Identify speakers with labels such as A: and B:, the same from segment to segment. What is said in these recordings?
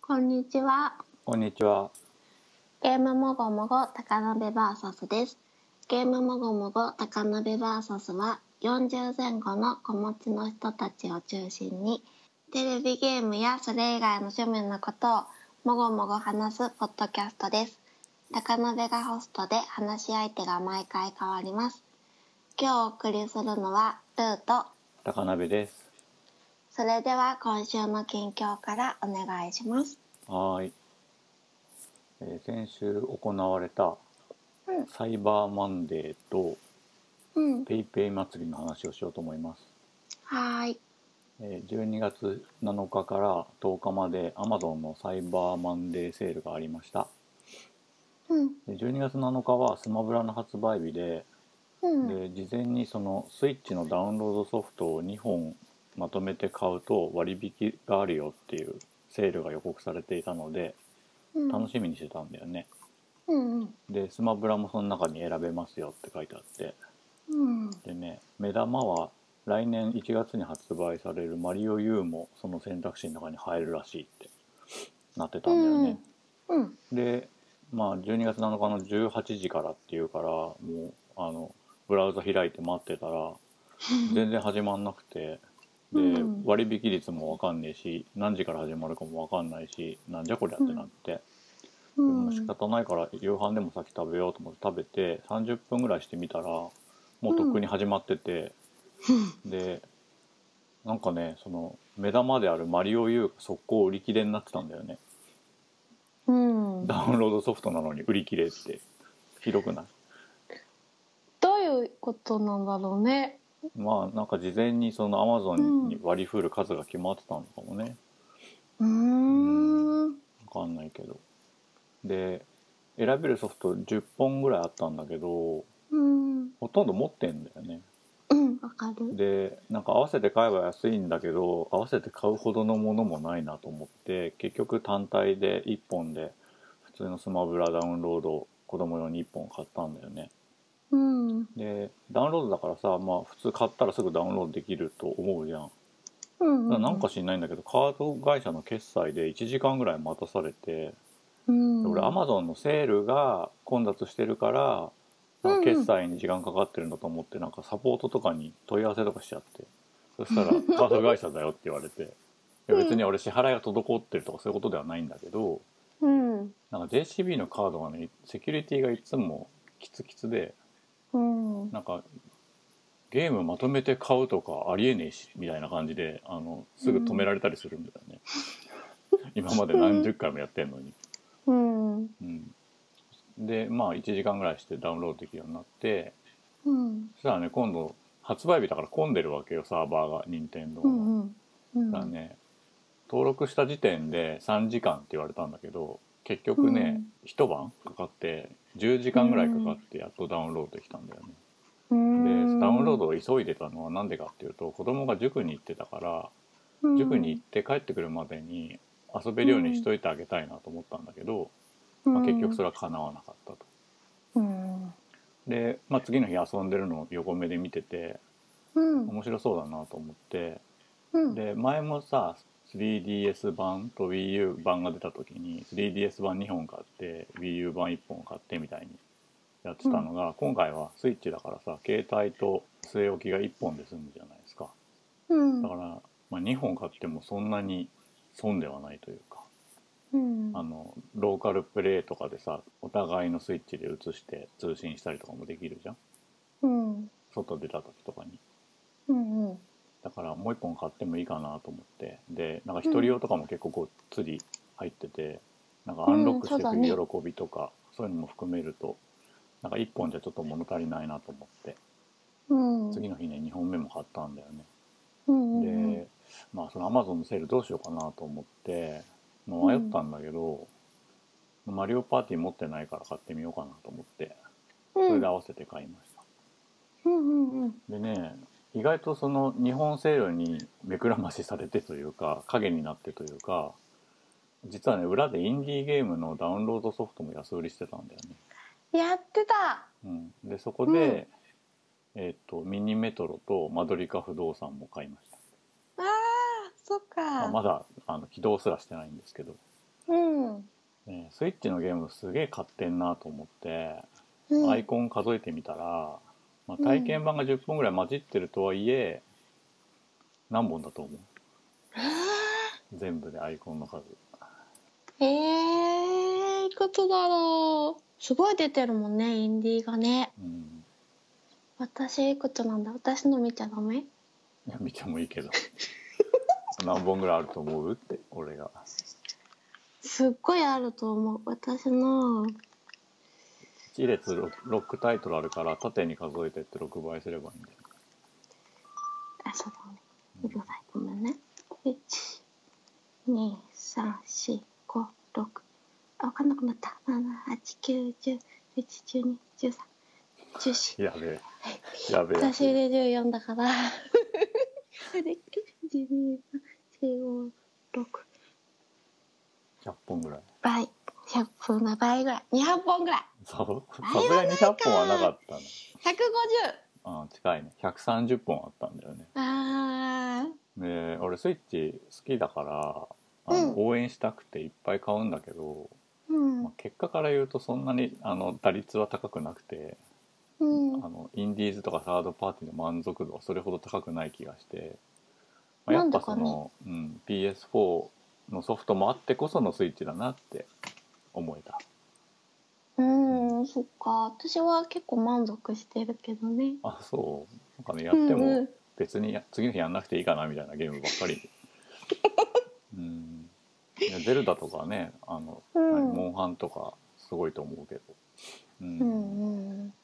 A: こんにちは。
B: こんにちは。
A: ゲームもごもご高鍋バーサスです。ゲームもごもご高鍋バーサスは40前後の子持ちの人たちを中心にテレビゲームやそれ以外の趣味のことをもごもご話すポッドキャストです。高鍋がホストで話し相手が毎回変わります。今日お送りするのはルート。
B: 高鍋です。
A: それでは今週の近況からお願いします。
B: はーい、えー先週行われた
A: うん
B: サイバーマンデーと
A: うん。
B: ペイペイ祭りの話をしようと思います。
A: はーい。
B: えー12月7日から10日まで Amazon のサイバーマンデーセールがありました。
A: うん。
B: で12月7日はスマブラの発売日で、
A: うん。
B: で事前にそのスイッチのダウンロードソフトを2本まとめて買うと割引があるよっていうセールが予告されていたので
A: うん
B: 楽しみにしてたんだよね。
A: うんうん。
B: でスマブラもその中に選べますよって書いてあって
A: うん。
B: でね目玉は来年1月に発売される「マリオ U」もその選択肢の中に入るらしいってなってたんだよね、
A: うん。
B: でまあ12月7日の18時からっていうからもうあのブラウザ開いて待ってたら全然始まんなくてで、
A: うん
B: 割引率もわかんねえし何時から始まるかもわかんないしなんじゃこりゃってなって、
A: う
B: でも
A: ん
B: 仕方ないから夕飯でも先食べようと思って食べて30分ぐらいしてみたらもうとっくに始まってて、でなんかねその目玉である「マリオ U」が速攻売り切れになってたんだよね
A: うん。
B: ダウンロードソフトなのに売り切れってひどくない
A: どういうことなんだろうね。
B: まあなんか事前にそのアマゾンに割り振る数が決まってたのかもね
A: うーん。
B: わかんないけどで選べるソフト10本ぐらいあったんだけど
A: うん。
B: ほとんど持ってんだよね
A: うん。わかる。
B: でなんか合わせて買えば安いんだけど合わせて買うほどのものもないなと思って結局単体で1本で普通のスマブラダウンロード子供用に1本買ったんだよね
A: うん。
B: でダウンロードだからさまあ普通買ったらすぐダウンロードできると思うじゃん
A: うん。
B: ただなんか。知んないんだけどカード会社の決済で1時間ぐらい待たされて
A: うん。
B: 俺アマゾンのセールが混雑してるから
A: うんうん
B: 決済に時間かかってるんだと思ってなんかサポートとかに問い合わせとかしちゃってそした らカード会社だよって言われていや別に俺支払いが滞ってるとかそういうことではないんだけど
A: うん。
B: なんか JCB のカードがねセキュリティがいつもキツキツで
A: うん。
B: なんかゲームまとめて買うとかありえねえしみたいな感じであのすぐ止められたりするんだよ ね、今まで何十回もやってんのに。
A: うん。
B: うん、でまあ1時間ぐらいしてダウンロードできるようになって
A: うん。
B: そしたらね今度発売日だから混んでるわけよサーバーが任天堂
A: う
B: の、
A: ん。うん。
B: だからね登録した時点で3時間って言われたんだけど結局ね、一晩かかって10時間ぐらいかかってやっとダウンロードできたんだよね、
A: うん。
B: でダウンロードを急いでたのはなんでかっていうと子供が塾に行ってたから
A: ド
B: 塾に行って帰ってくるまでに遊べるようにしといてあげたいなと思ったんだけど、まあ、結局そ
A: れ。
B: れは叶わなかったと。
A: うん。
B: で、まあ、次の日遊んでるのを横目で見てて
A: うん。
B: 面白そうだなと思って
A: うん。
B: で前もさ 3DS 版と WiiU 版が出た時に 3DS 版2本買って WiiU 版1本買ってみたいにやってたのが、今回はスイッチだからさ携帯と据え置きが1本で済むじゃないですか
A: うん。
B: だから、まあ、2本買ってもそんなに損ではないというか
A: うん。
B: あのローカルプレイとかでさお互いのスイッチで移して通信したりとかもできるじゃん
A: うん。
B: 外出た時とかに
A: うん。うん。
B: だからもう一本買ってもいいかなと思ってでなんか一人用とかも結構ごっつり入ってて、なんかアンロックして
A: うん
B: く
A: そうだ
B: る喜びとか、そういうのも含めるとなんか一本じゃちょっと物足りないなと思って
A: うん。
B: 次の日ね2本目も買ったんだよね、
A: うん。
B: でまあそのアマゾンのセールどうしようかなと思って、まあ迷ったんだけど、マリオパーティー持ってないから買ってみようかなと思って
A: う
B: そ
A: ん。
B: れで合わせて買いました、
A: うん。うん。
B: でね意外とその日本セールに目くらましされてというか影になってというか実はね裏でインディーゲームのダウンロードソフトも安売りしてたんだよね。
A: やってた。
B: うん、でそこで、えっとミニメトロとマドリカ不動産も買いまし、
A: ああ、そったか。
B: まあまだあの起動すらしてないんですけど
A: うん。
B: ね、スイッチのゲームすげえ買ってんなと思って、
A: うん
B: アイコン数えてみたら、まあ、体験版が10本ぐらい混じってるとはいえ、何本だと思う全部でアイコンの数
A: えー、いくつだろうすごい出てるもんねインディーがね
B: うん
A: 私いくつなんだ私の見ちゃダメ
B: いや見てもいいけど 何本ぐらいあると思うって俺が
A: すっごいあると思う私の
B: 1列 6, 6タイトルあるから縦に数えてって6倍すればいいんだよ
A: あそうだね見てくださいごめんね12345あ分かんなくなった7891011121314
B: やべえやべえやつ
A: 私で14だから。で、12、15、6
B: 100本ぐらい
A: 倍。100本の倍ぐらい。200本ぐらい。
B: ささすがに100本はなかったね
A: 150!
B: あ近いね130本あったんだよね
A: あー。
B: で俺スイッチ好きだからあの、
A: うん
B: 応援したくていっぱい買うんだけど、
A: うん
B: まあ。結果から言うとそんなにあの打率は高くなくて、
A: うん
B: あ。のインディーズとかサードパーティーの満足度はそれほど高くない気がして、まあ、やっぱその、うん、PS4 のソフトもあってこそのスイッチだなって思えた
A: うん、そっか。私は結構満足してるけどね。
B: あそうなんかねやって
A: うんう
B: も
A: ん
B: 別にや次の日やんなくていいかなみたいなゲームばっか りうんいやゼルダとかねあの
A: うん
B: モンハンとかすごいと思うけど、う
A: うんんうん。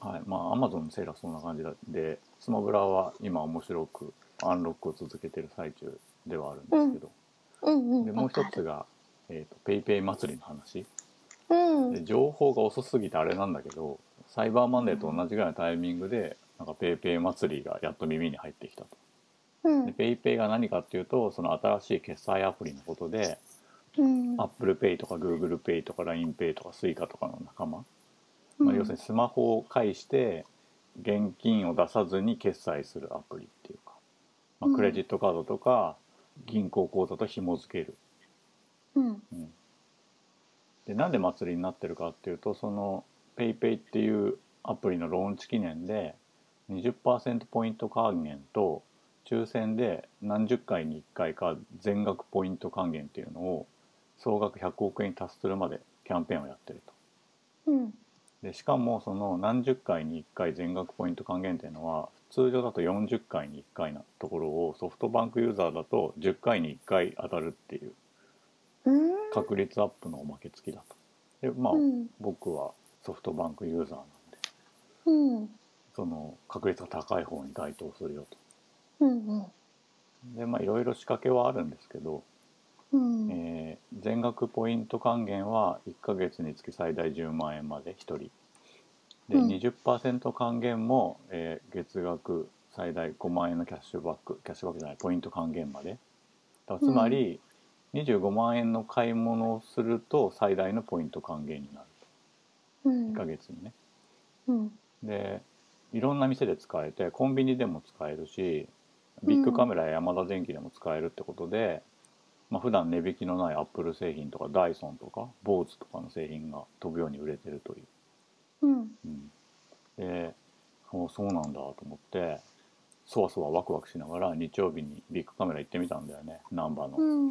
B: はい、まあアマゾンのセールはそんな感じだでスマブラは今面白くアンロックを続けてる最中ではあるんですけど、
A: うんう
B: で
A: ん。
B: もう
A: わ
B: 一
A: か
B: つ
A: る。
B: が、えー、とペイペイ祭りの話
A: うん。
B: で情報が遅すぎてあれなんだけどサイバーマンデーと同じぐらいのタイミングでなんかペイペイ祭りがやっと耳に入ってきたと。
A: うん
B: で。ペイペイが何かっていうとその新しい決済アプリのことで
A: うん。
B: ApplePay とか GooglePay とか LINEPay とか Suica とかの仲間、
A: う
B: まあ、
A: ん
B: 要するにスマホを介して現金を出さずに決済するアプリっていうか、ま
A: う
B: あ、
A: ん
B: クレジットカードとか銀行口座と紐付ける。
A: うん。
B: うん、でなんで祭りになってるかっていうとその PayPay っていうアプリのローンチ記念で20%ポイント還元と抽選で何十回に1回か全額ポイント還元っていうのを総額100億円に達するまでキャンペーンをやってると。
A: うん。
B: でしかもその何十回に1回全額ポイント還元っていうのは通常だと40回に1回なところをソフトバンクユーザーだと10回に1回当たるっていう
A: うん。
B: 確率アップのおまけ付きだと。でまあ、
A: うん。
B: 僕はソフトバンクユーザーなんで
A: うん。
B: その確率が高い方に該当するよと。
A: うん。
B: でまあいろいろ仕掛けはあるんですけど、
A: うん。
B: えー全額ポイント還元は1ヶ月につき最大10万円まで1人で、
A: うん
B: 20%還元も、えー月額最大5万円のキャッシュバックキャッシュバックじゃないポイント還元までだからつまり、25万円の買い物をすると最大のポイント還元になる
A: うん
B: 1ヶ月にね
A: うん。
B: でいろんな店で使えてコンビニでも使えるしビッグカメラやヤマダ電機でも使えるってことで、まあ普段値引きのないアップル製品とかダイソンとかボーズとかの製品が飛ぶように売れてるという。
A: うん。
B: うん、でおそうなんだと思ってそわそわワクワクしながら日曜日にビッグカメラ行ってみたんだよね難波の、
A: うん。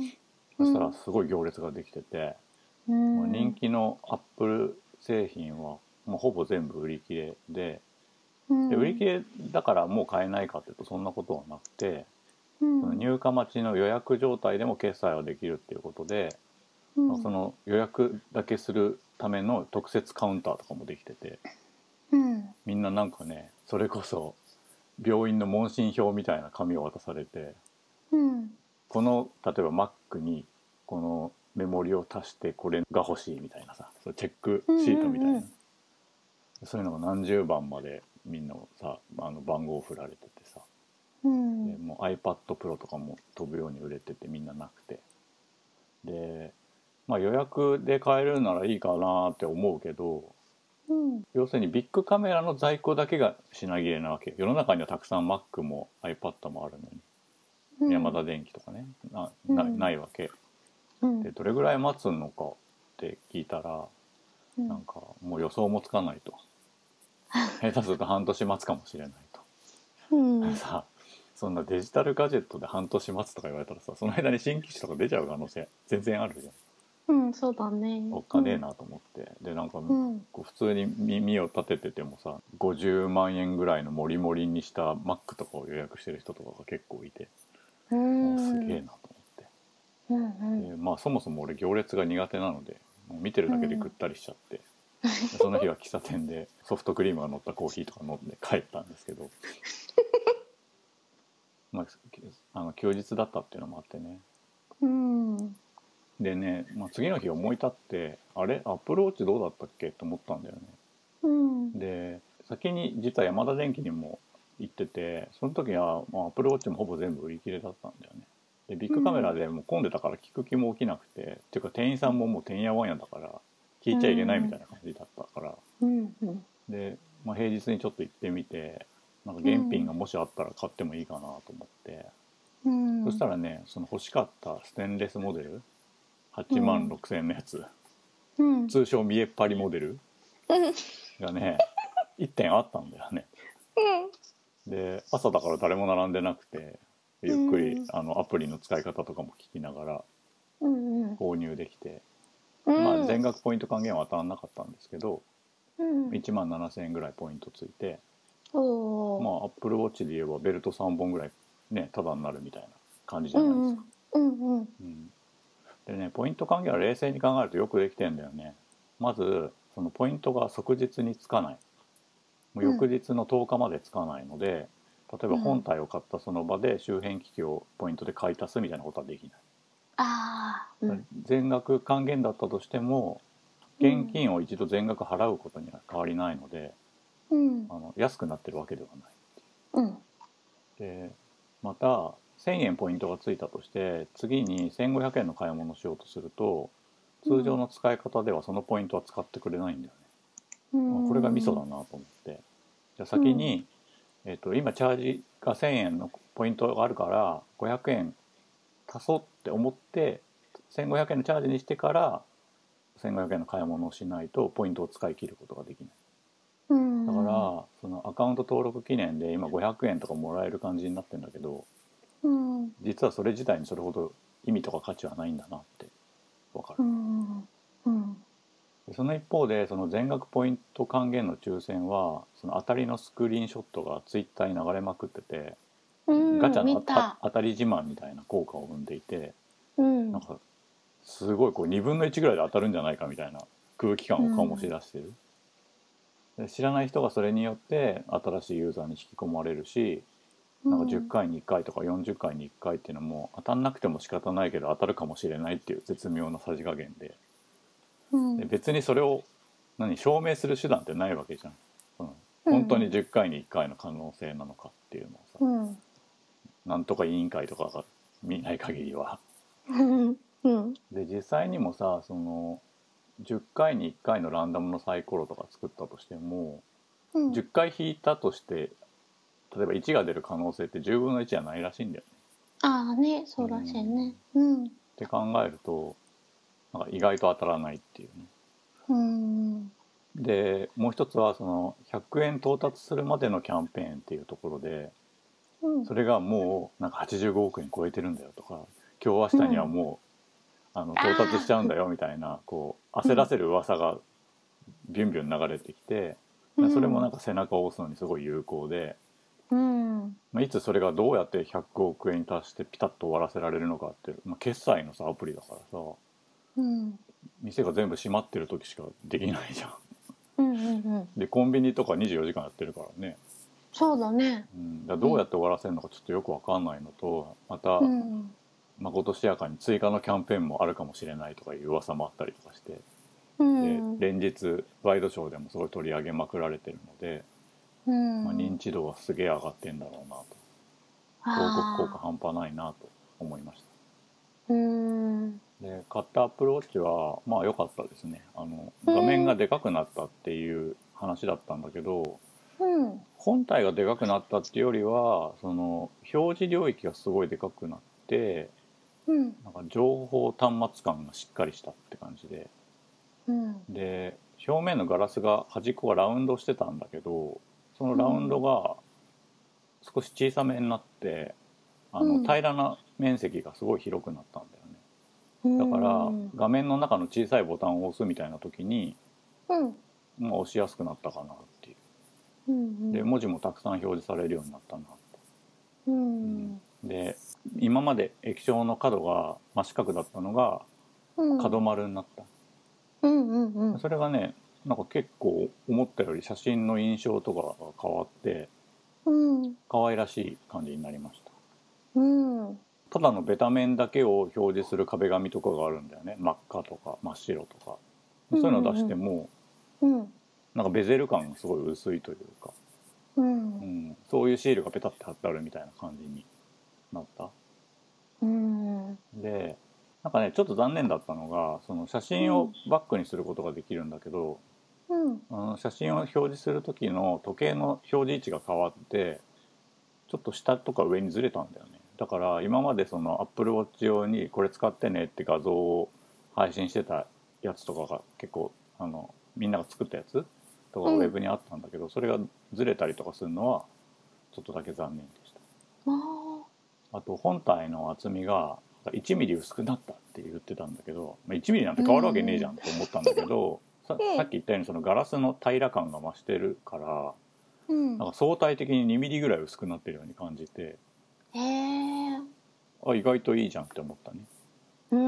B: そしたらすごい行列ができてて、もう人気のアップル製品はもうほぼ全部売り切れで。
A: うん
B: で売り切れだからもう買えないかっていうとそんなことはなくて、
A: うん
B: その入荷待ちの予約状態でも決済はできるっていうことで、
A: うん
B: まあその予約だけするための特設カウンターとかもできてて
A: うん
B: みんななんかねそれこそ病院の問診票みたいな紙を渡されて
A: うん
B: この例えば Mac にこのメモリを足してこれが欲しいみたいなさそうチェックシートみたいな、
A: うんうんうん
B: そういうのが何十番までみんなさあの番号を振られててさ
A: うん
B: でもう iPad Pro とかも飛ぶように売れててみんななくてで、まあ、予約で買えるならいいかなって思うけど
A: うん
B: 要するにビッグカメラの在庫だけが品切れなわけ世の中にはたくさん Mac も iPad もあるのに、
A: うん
B: ヤマダ電機とかねなな
A: うん
B: ないわけ
A: うん
B: でどれぐらい待つのかって聞いたら
A: う
B: なん
A: ん
B: かもう予想もつかない と下手すると半年待つかもしれないと。
A: うん
B: さそんなデジタルガジェットで半年待つとか言われたらさその間に新機種とか出ちゃう可能性全然あるじゃん
A: うんそうだね
B: おっかねえなと思って、でなんか
A: うん
B: こう普通に耳を立てててもさ50万円ぐらいのモリモリにしたマックとかを予約してる人とかが結構いて、
A: う
B: あ
A: ん
B: すげえなと思って、
A: うんうん
B: でまあそもそも俺行列が苦手なのでもう見てるだけでぐったりしちゃって、 でその日は喫茶店でソフトクリームが乗ったコーヒーとか飲んで帰ったんです けどまああの休日だったっていうのもあってね
A: うん
B: でね、まあ、次の日思い立ってあれアップルウォッチどうだったっけと思ったんだよね
A: うん
B: で先に実はヤマダ電機にも行っててその時はまあアップルウォッチもほぼ全部売り切れだったんだよねでビッグカメラでもう混んでたから聞く気も起きなくて、っていうか店員さんももうてんやわんやだから聞いちゃいけないみたいな感じだったから、
A: うんうん
B: で、まあ、平日にちょっと行ってみてなんか原品がもしあったら買ってもいいかなと思って、
A: うん
B: そしたらねその欲しかったステンレスモデル8万6千円のやつ、
A: うん
B: 通称見えっ張りモデル
A: うん
B: がね1点あったんだよねで朝だから誰も並んでなくてゆっくり、
A: うん
B: あのアプリの使い方とかも聞きながら
A: うんうん
B: 購入できて、
A: うん
B: まあ、全額ポイント還元は当たらなかったんですけど、
A: うん
B: 1万7,000円ぐらいポイントついて、
A: おー
B: まあアップルウォッチで言えばベルト3本ぐらいねタダになるみたいな感じじゃないですか。
A: うんうんうん
B: うんでねポイント還元は冷静に考えるとよくできてんだよね。まずそのポイントが即日につかないもう
A: うん
B: 翌日の10日までつかないので、例えば
A: うん
B: 本体を買ったその場で周辺機器をポイントで買い足すみたいなことはできない。
A: あーうん
B: 全額還元だったとしても現金を一度全額払うことには変わりないので、
A: うん
B: あの安くなってるわけではない。
A: うん
B: でまた1,000円ポイントがついたとして次に1,500円の買い物をしようとすると通常の使い方ではそのポイントは使ってくれないんだよね。あこれがミソだなと思ってじゃあ先に、えっと今チャージが1,000円のポイントがあるから500円足そうって思って1,500円のチャージにしてから1,500円の買い物をしないとポイントを使い切ることができない。
A: うん
B: だから、そのアカウント登録記念で今500円とかもらえる感じになってんだけど
A: うん
B: 実はそれ自体にそれほど意味とか価値はないんだなって分か
A: う
B: る。
A: んうん
B: でその一方でその全額ポイント還元の抽選はその当たりのスクリーンショットがツイッターに流れまくってて、
A: うん
B: ガチャの
A: 見
B: あ
A: た
B: 当たり自慢みたいな効果を生んでいて
A: うん
B: なんかすごいこう2分の1ぐらいで当たるんじゃないかみたいな空気感を醸し出してる、で知らない人がそれによって新しいユーザーに引き込まれるしなんか10回に1回とか40回に1回っていうのも当たんなくても仕方ないけど当たるかもしれないっていう絶妙なさじ加減で
A: うん
B: で別にそれを何証明する手段ってないわけじゃん、うん、本当に10回に1回の可能性なのかっていうのをさ、
A: うん
B: なんとか委員会とかが見ない限りは。
A: うんうん
B: で実際にもさその10回に1回のランダムのサイコロとか作ったとしても、
A: うん
B: 10回引いたとして例えば1が出る可能性って10分の1じゃないらしいんだよね。
A: ああねそうらしいねうん
B: って考えるとなんか意外と当たらないっていうね。
A: うん
B: でもう一つはその100円到達するまでのキャンペーンっていうところで
A: うん
B: それがもうなんか85億円超えてるんだよとか今日明日にはもう、あの到達しちゃうんだよみたいなこう焦らせる噂がビュンビュン流れてきて、
A: うん
B: それもなんか背中を押すのにすごい有効で、
A: うん
B: まあ、いつそれがどうやって100億円に達してピタッと終わらせられるのかっていう、まあ、決済のさアプリだからさ
A: うん
B: 店が全部閉まってる時しかできないじゃん。
A: うんうんうん
B: でコンビニとか24時間やってるからね。
A: そうだね
B: うん、だからどうやって終わらせるのかちょっとよくわかんないのとまた、
A: うん
B: まことしやかに追加のキャンペーンもあるかもしれないとかいう噂もあったりとかしてで
A: うん
B: 連日ワイドショーでもすごい取り上げまくられてるので、
A: うん
B: まあ、認知度はすげえ上がってんだろうなと広
A: あ
B: 告効果半端ないなと思いまし
A: ーうん
B: たで買ったアップルウォッチはまあ良かったですねあの画面がでかくなったっていう話だったんだけど
A: うん
B: 本体がでかくなったっていうよりはその表示領域がすごいでかくなって
A: うん
B: なんか情報端末感がしっかりしたって感じで
A: うん
B: で表面のガラスが端っこがラウンドしてたんだけどそのラウンドが少し小さめになって、あ
A: う
B: の
A: ん
B: 平らな面積がすごい広くなったんだよね。
A: うん
B: だから
A: うん
B: 画面の中の小さいボタンを押すみたいな時に、
A: うん
B: まあ、押しやすくなったかなっていうう。
A: ん
B: で文字もたくさん表示されるようになったなと。
A: うん
B: で今まで液晶の角が真四角だったのが
A: うん
B: 角丸になった。
A: うんうんうん
B: それがねなんか結構思ったより写真の印象とかが変わって
A: うん
B: 可愛らしい感じになりました。
A: うん
B: ただのベタ面だけを表示する壁紙とかがあるんだよね真っ赤とか真っ白とかそういうのを出しても、
A: うん
B: なんかベゼル感がすごい薄いというか、
A: う
B: うんん、そういうシールがペタって貼ってあるみたいな感じになった。
A: うん
B: でなんかねちょっと残念だったのがその写真をバックにすることができるんだけど、
A: うん
B: あの写真を表示する時の時計の表示位置が変わってちょっと下とか上にずれたんだよねだから今までその AppleWatch 用にこれ使ってねって画像を配信してたやつとかが結構あのみんなが作ったやつとか
A: う
B: ウ
A: ん
B: ェブにあったんだけど、それがずれたりとかするのはちょっとだけ残念でした
A: あー
B: あと本体の厚みが1ミリ薄くなったって言ってたんだけど、まあ、1ミリなんて変わるわけねえじゃんと思ったんだけど、さ
A: うん
B: さっき言ったようにそのガラスの平ら感が増してるから
A: うん
B: なんか相対的に2ミリぐらい薄くなってるように感じて
A: へえ
B: あ意外といいじゃんって思ったね。
A: うー
B: う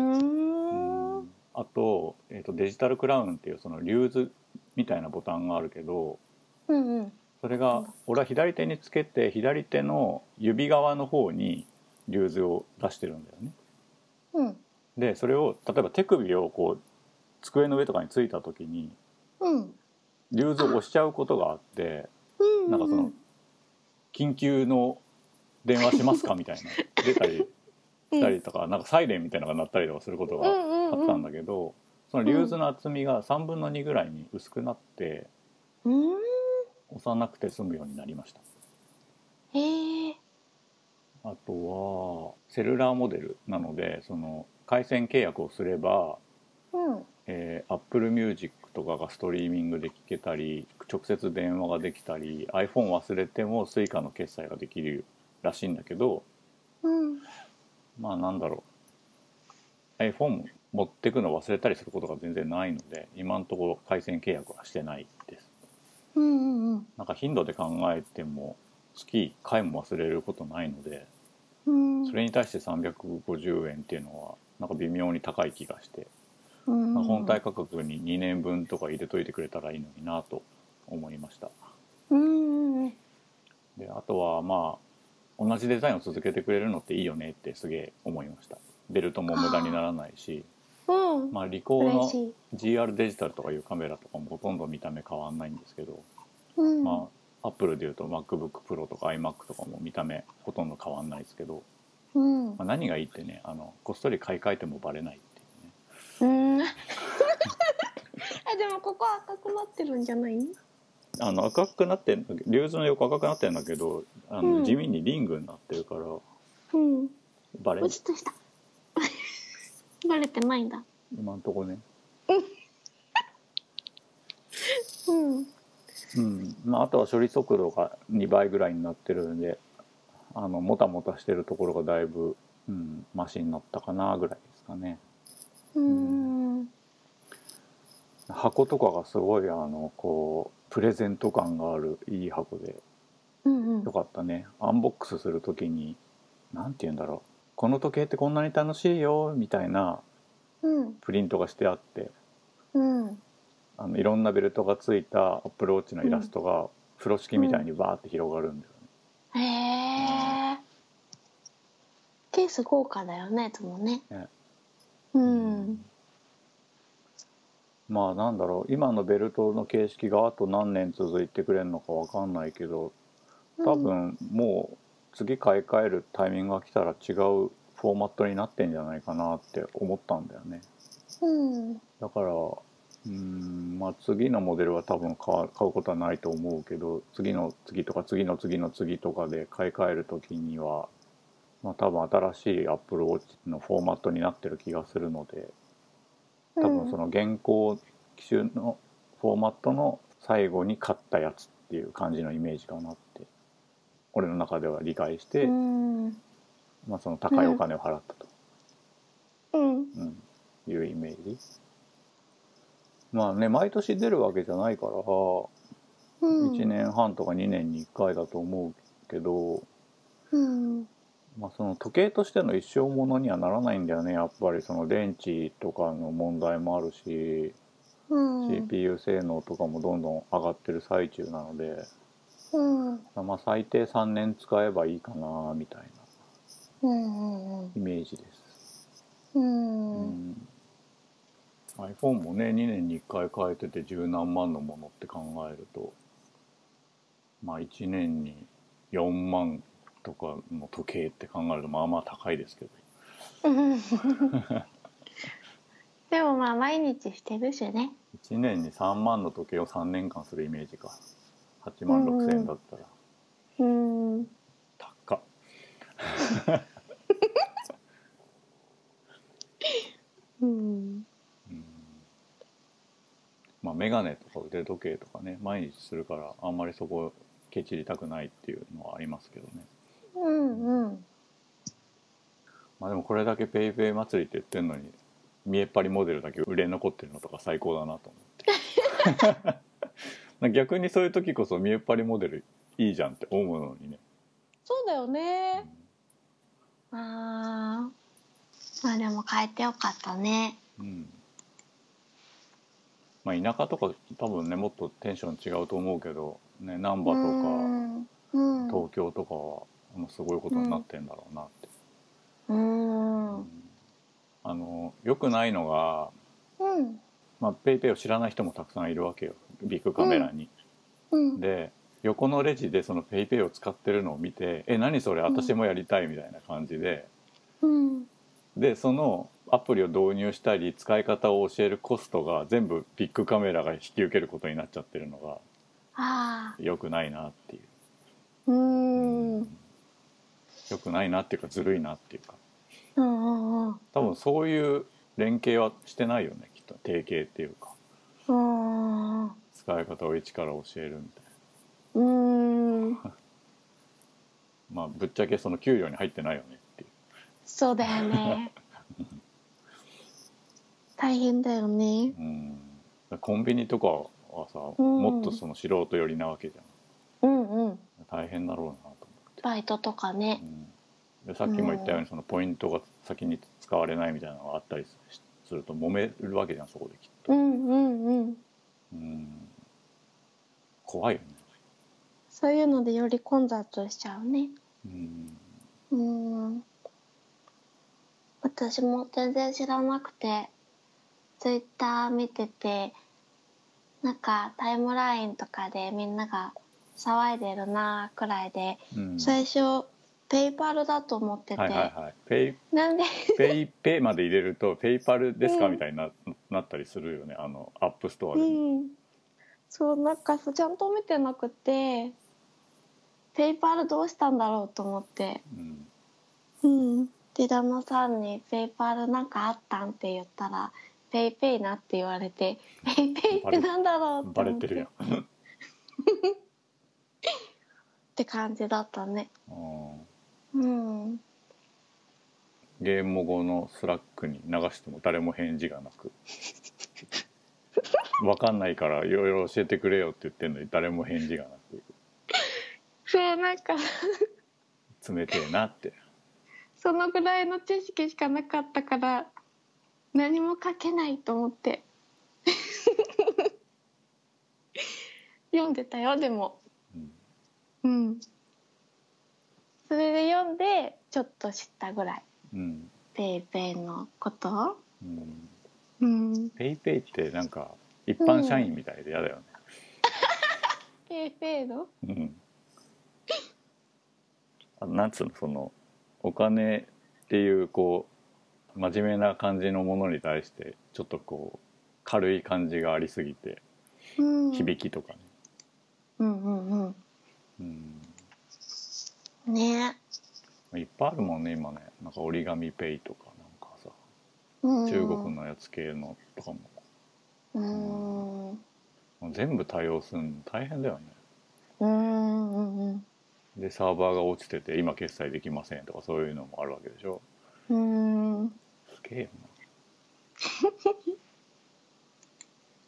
B: んんあと,、えー、とデジタルクラウンっていうそのリューズみたいなボタンがあるけど
A: うんうん
B: それが俺は左手につけて左手の指側の方にリューズを出してるんだよね。
A: うん
B: でそれを例えば手首をこう机の上とかについた時に
A: うん
B: リューズを押しちゃうことがあって
A: うん
B: なんかその緊急の電話しますかみたいな 出たりしたりとかなんかサイレンみたいなのが鳴ったりとかすること
A: う
B: が
A: ん
B: あ
A: うん
B: っ
A: う
B: たん
A: ん
B: だけどそのリューズの厚みが3分の2ぐらいに薄くなって
A: うん
B: 押さなくて済むようになりました。
A: へえ
B: あとはセルラーモデルなのでその回線契約をすれば
A: うん
B: えー、Apple Music とかがストリーミングで聴けたり直接電話ができたり iPhone 忘れても Suica の決済ができるらしいんだけど
A: うん
B: まあなんだろう iPhone 持ってくの忘れたりすることが全然ないので今のところ回線契約はしてないです
A: うんうんうん
B: なんか頻度で考えても月1回も忘れることないので
A: うん
B: それに対して350円っていうのはなんか微妙に高い気がして
A: うん
B: まあ本体価格に2年分とか入れといてくれたらいいのになと思いました
A: うんうん
B: であとはまあ同じデザインを続けてくれるのっていいよねってすげえ思いましたベルトも無駄にならないし
A: うん
B: まあリコー
A: 嬉し
B: の
A: い
B: GR デジタルとかいうカメラとかもほとんど見た目変わんないんですけど、
A: うん
B: まあアップルでいうと MacBookPro とか iMac とかも見た目ほとんど変わんないですけど、
A: うん
B: まあ、何がいいってねあのこっそり買い替えてもバレないってい
A: う
B: うね
A: んあでもここ赤くなってるんじゃない
B: あの赤くなってんだけどリューズの横赤くなってんだけどあの、
A: うん
B: 地味にリングになってるから
A: うん
B: バレ
A: 落ちとしたバレてないんだ
B: 今んとこね、
A: うん
B: うんまあ、あとは処理速度が2倍ぐらいになってるんであのもたもたしてるところがだいぶ、うん、マシになったかなぐらいですかね
A: うん
B: 箱とかがすごいあのこうプレゼント感があるいい箱で
A: うん
B: よかったねアンボックスする時に何て言うんだろうこの時計ってこんなに楽しいよみたいな
A: うん
B: プリントがしてあって
A: うん
B: あのいろんなベルトがついたアップルウォッチのイラストが風呂敷みたいにバーって広がるんだよね、
A: へえケース豪華だよねいつもね
B: ね
A: うん
B: まあなんだろう今のベルトの形式があと何年続いてくれるのかわかんないけど多分もう次買い替えるタイミングが来たら違うフォーマットになってんじゃないかなって思ったんだよね
A: うん
B: だからうーんまあ次のモデルは多分買わ買うことはないと思うけど次の次とか次の次の次とかで買い替える時にはまあ、多分新しい Apple Watch のフォーマットになってる気がするので多分その現行機種のフォーマットの最後に買ったやつっていう感じのイメージかなって俺の中では理解して、
A: うんうん
B: まあ、その高いお金を払ったと、
A: うん
B: うんいうイメージ。まあね毎年出るわけじゃないから
A: うん
B: 1年半とか2年に1回だと思うけど、
A: うん
B: まあ、その時計としての一生ものにはならないんだよねやっぱりその電池とかの問題もあるし、
A: うん
B: CPU 性能とかもどんどん上がってる最中なので、
A: うん
B: まあ、最低3年使えばいいかなみたいな
A: うんうん
B: イメージです、
A: うん
B: う
A: うん
B: ん iPhone もね2年に1回変えてて十何万のものって考えるとまあ1年に4万とかの時計って考えるとまあまあ高いですけど
A: でもまあ毎日してるしね
B: 1年に3万の時計を3年間するイメージか8万6千円だったら
A: うん
B: 高っ、
A: うん
B: うんまあ眼鏡とか腕時計とかね毎日するからあんまりそこケチりたくないっていうのはありますけどね
A: うんうん
B: まあでもこれだけペイペイ祭りって言ってるのに見えっ張りモデルだけ売れ残ってるのとか最高だなと思って 逆にそういう時こそ見えっ張りモデルいいじゃんって思うのにね、
A: そうだよねあーまあでも変えてよかったね
B: うんまあ、田舎とか多分ねもっとテンション違うと思うけど、ね、難波と
A: う
B: か
A: ん
B: 東京とかはもうすごいことになってんだろうなって、
A: うんうん
B: あのよくないのが、
A: うん
B: まあ、ペイペイを知らない人もたくさんいるわけよビッグカメラに。
A: うん
B: で横のレジでそのペイペイを使ってるのを見て「え何それ私もやりたい」みたいな感じで
A: うん
B: でそのアプリを導入したり使い方を教えるコストが全部ビッグカメラが引き受けることになっちゃってるのが
A: あ
B: 良くないなってい
A: ー
B: う
A: う
B: 良
A: んうん
B: くないなっていうかずるいなっていうか
A: うんうん
B: 多分そういう連携はしてないよねきっと提携っていうか
A: うんう
B: 使い方を一から教えるみたいな
A: ーん
B: まあぶっちゃけその給料に入ってないよねっていう
A: そうだよね大変だよね
B: うんコンビニとかはさ、
A: うん
B: もっとその素人寄りなわけじ
A: う
B: ゃん
A: んうん
B: 大変だろうなと思って、
A: バイトとかね
B: うんでさっきも言ったようにそのポイントが先に使われないみたいなのがあったりすすると揉めるわけじゃんそこできっと、
A: うんうんうん
B: うん、怖いよね
A: そういうのでより混雑しちゃうね
B: うん
A: うーん私も全然知らなくてツイッター見ててなんかタイムラインとかでみんなが騒いでるなーくらいで
B: うん
A: 最初ペイパルだと思ってて、
B: はいはいはいペイ
A: なんで
B: ペイペイまで入れるとペイパルですか
A: うん
B: みたいにななったりするよねあのアップストア
A: う
B: で、
A: んそうなんかそうちゃんと見てなくてペイパルどうしたんだろうと思って
B: うん
A: うん、で旦那さんに「ペイパルなんかあったん?」って言ったら「ペイペイな」って言われて「ペイペイってなんだろう?」って
B: バ
A: 思
B: レ
A: って
B: る
A: て
B: やん
A: っ、て感じだったね
B: うん
A: うん
B: ゲーム後のスラックに流しても誰も返事がなく わかんないからいろいろ教えてくれよって言ってんのに誰も返事がな
A: そうなんか
B: く冷てえなって
A: そのぐらいの知識しかなかったから何も書けないと思って 読んでたよでも
B: う
A: う
B: ん
A: んそれで読んでちょっと知ったぐらい
B: うん、
A: ペイペイのこと
B: うん、
A: うん
B: ペイペイってなんか一般社員みたいで嫌だよね、
A: ペイペイの
B: うん、あなんつうのそのお金っていうこう真面目な感じのものに対してちょっとこう軽い感じがありすぎて
A: うん
B: 響きとかね、
A: うんうん
B: うん、
A: うんね
B: いっぱいあるもんね今ねなんか折り紙ペイとかなんかさ
A: うん
B: 中国のやつ系のとかも
A: うんうん
B: もう全部対応するの大変だよね
A: うんうん
B: でサーバーが落ちてて今決済できませんとかそういうのもあるわけでしょ
A: うんうん
B: すげえよ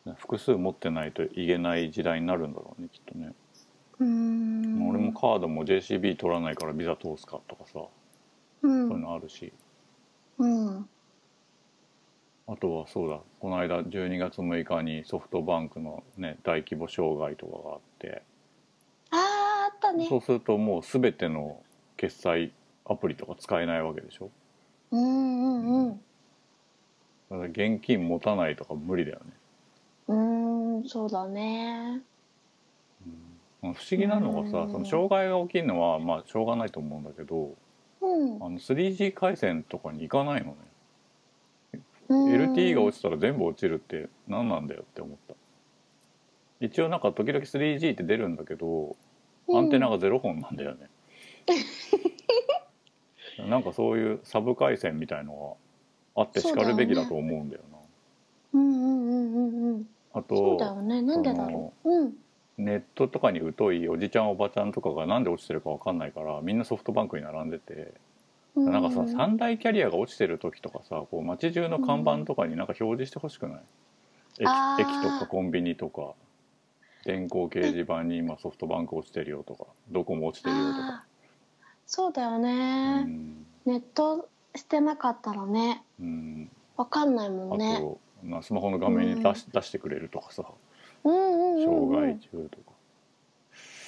B: な複数持ってないといけない時代になるんだろうねきっとね、
A: うん
B: 俺もカードも JCB 取らないからビザ通すかとかさそうういうんのあるし
A: うん
B: あとはそうだこの間12月6日にソフトバンクのね大規模障害とかがあって
A: あーあったね
B: そうするともう全ての決済アプリとか使えないわけでしょ
A: うんうん
B: だから現金持たないとか無理だよね、
A: うんうんそうだね
B: まあ不思議なのがさ
A: うん
B: その障害が起きるのはまあしょうがないと思うんだけど
A: うん
B: あの 3G 回線とかに行かないのね
A: うん
B: LTE が落ちたら全部落ちるって何なんだよって思った一応なんか時々 3G って出るんだけど
A: うん
B: アンテナがゼロ本なんだよね、なんかそういうサブ回線みたいのがあってしかるべきだと思うんだよな
A: うんうんうんうんうん
B: あ
A: そう
B: と
A: だよねなんでだろううん
B: ネットとかに疎いおじちゃんおばちゃんとかがなんで落ちてるかわかんないからみんなソフトバンクに並んでて
A: うん
B: なんかさ三大キャリアが落ちてる時とかさこう街中の看板とかになんか表示してほしくない、
A: あー
B: 駅駅とかコンビニとか電光掲示板に今ソフトバンク落ちてるよとかどこも落ちてるよとか、
A: あーそうだよ
B: う
A: ね、
B: ん
A: ネットしてなかったらね
B: うん、
A: わかんない
B: あ
A: もんね
B: と、なスマホの画面に出し,、出してくれるとかさ
A: うんうんうんう
B: 障
A: ん
B: 害中とか、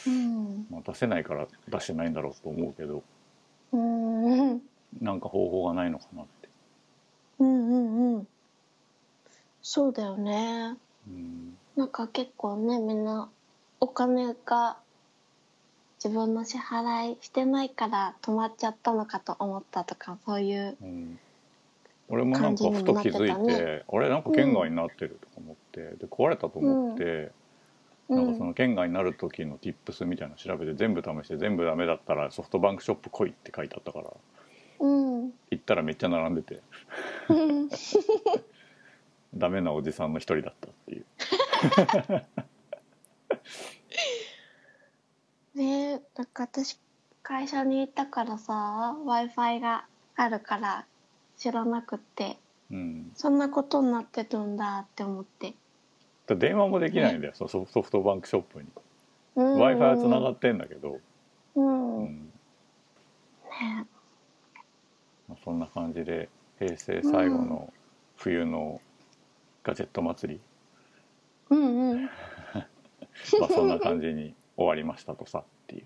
A: うん
B: まあ、出せないから出してないんだろうと思うけど
A: うんうん
B: なんか方法がないのかなって。
A: うんうんうんそうだよね
B: うん
A: なんか結構ねみんなお金が自分の支払いしてないから止まっちゃったのかと思ったとかそういう
B: うん俺もなんかふと気
A: 感じ
B: づ
A: に
B: い
A: なっててた
B: あれなんか県外になってるとか思って、で壊れたと思って、
A: う
B: なんかそ
A: ん
B: の県外になる時の Tips みたいなの調べて全部試して全部ダメだったらソフトバンクショップ来いって書いてあったから
A: うん
B: 行ったらめっちゃ並んでて
A: うん
B: ダメなおじさんの一人だったっていう
A: ねえなんか私会社にいたからさ w i f i があるから知らなくって
B: うん
A: そんなことになってるんだって思って、
B: だ電話もできないんだよ、そのソフトバンクショップに
A: うん
B: w i f i はつながってんだけど、
A: うん、
B: う
A: ね
B: ん
A: え
B: まあそんな感じで平成最後の冬のガジェット祭り、
A: うんうん
B: まあそんな感じに終わりましたとさっていう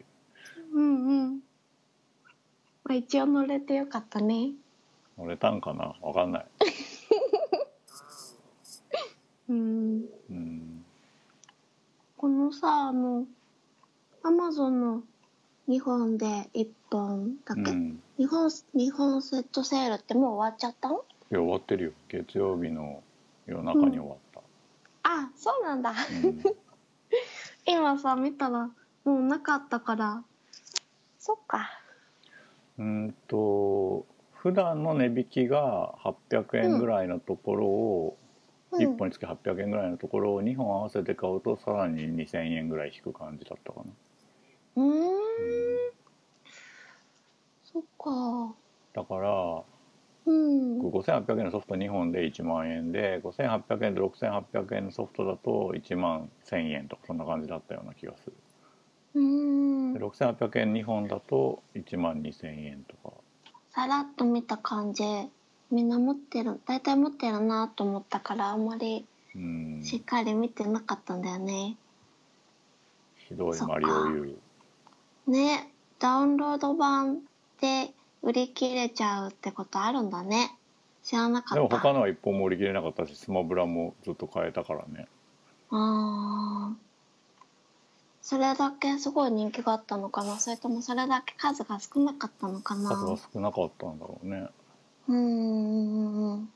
A: うんうんまあ一応乗れてよかったね
B: 乗れたんかなわかんない
A: うん
B: うん
A: このさあのアマゾンの2本で1本だ
B: う
A: け、
B: ん
A: 日本日本セットセールってもう終わっちゃったの
B: いや終わってるよ月曜日の夜中に終わっ
A: あそうなんだ
B: た、うん
A: 今さ見たらもうなかったからそっか
B: うーんと普段の値引きが800円ぐらいのところを、
A: うん
B: 1本につき800円ぐらいのところを2本合わせて買うとさらに2000円ぐらい引く感じだったかな、
A: うーん
B: うん
A: そっか
B: だから
A: うんうん
B: 5800円のソフト2本で1万円で5800円と6800円のソフトだと1万1000円とかそんな感じだったような気がするで6800円2本だと1万2000円とか
A: さらっと見た感じみんな持ってる大体持ってるなと思ったからあんまり
B: うん
A: しっかり見てなかったんだよね
B: ひどいマリオ遊戯
A: ねダウンロード版で売り切れちゃうってことあるんだね知らなかった
B: でも他のは一本も売り切れなかったしスマブラもずっと買えたからね
A: ああそれだけすごい人気があったのかなそれともそれだけ数が少なかったのかな
B: 数は少なかったんだろうね
A: うーん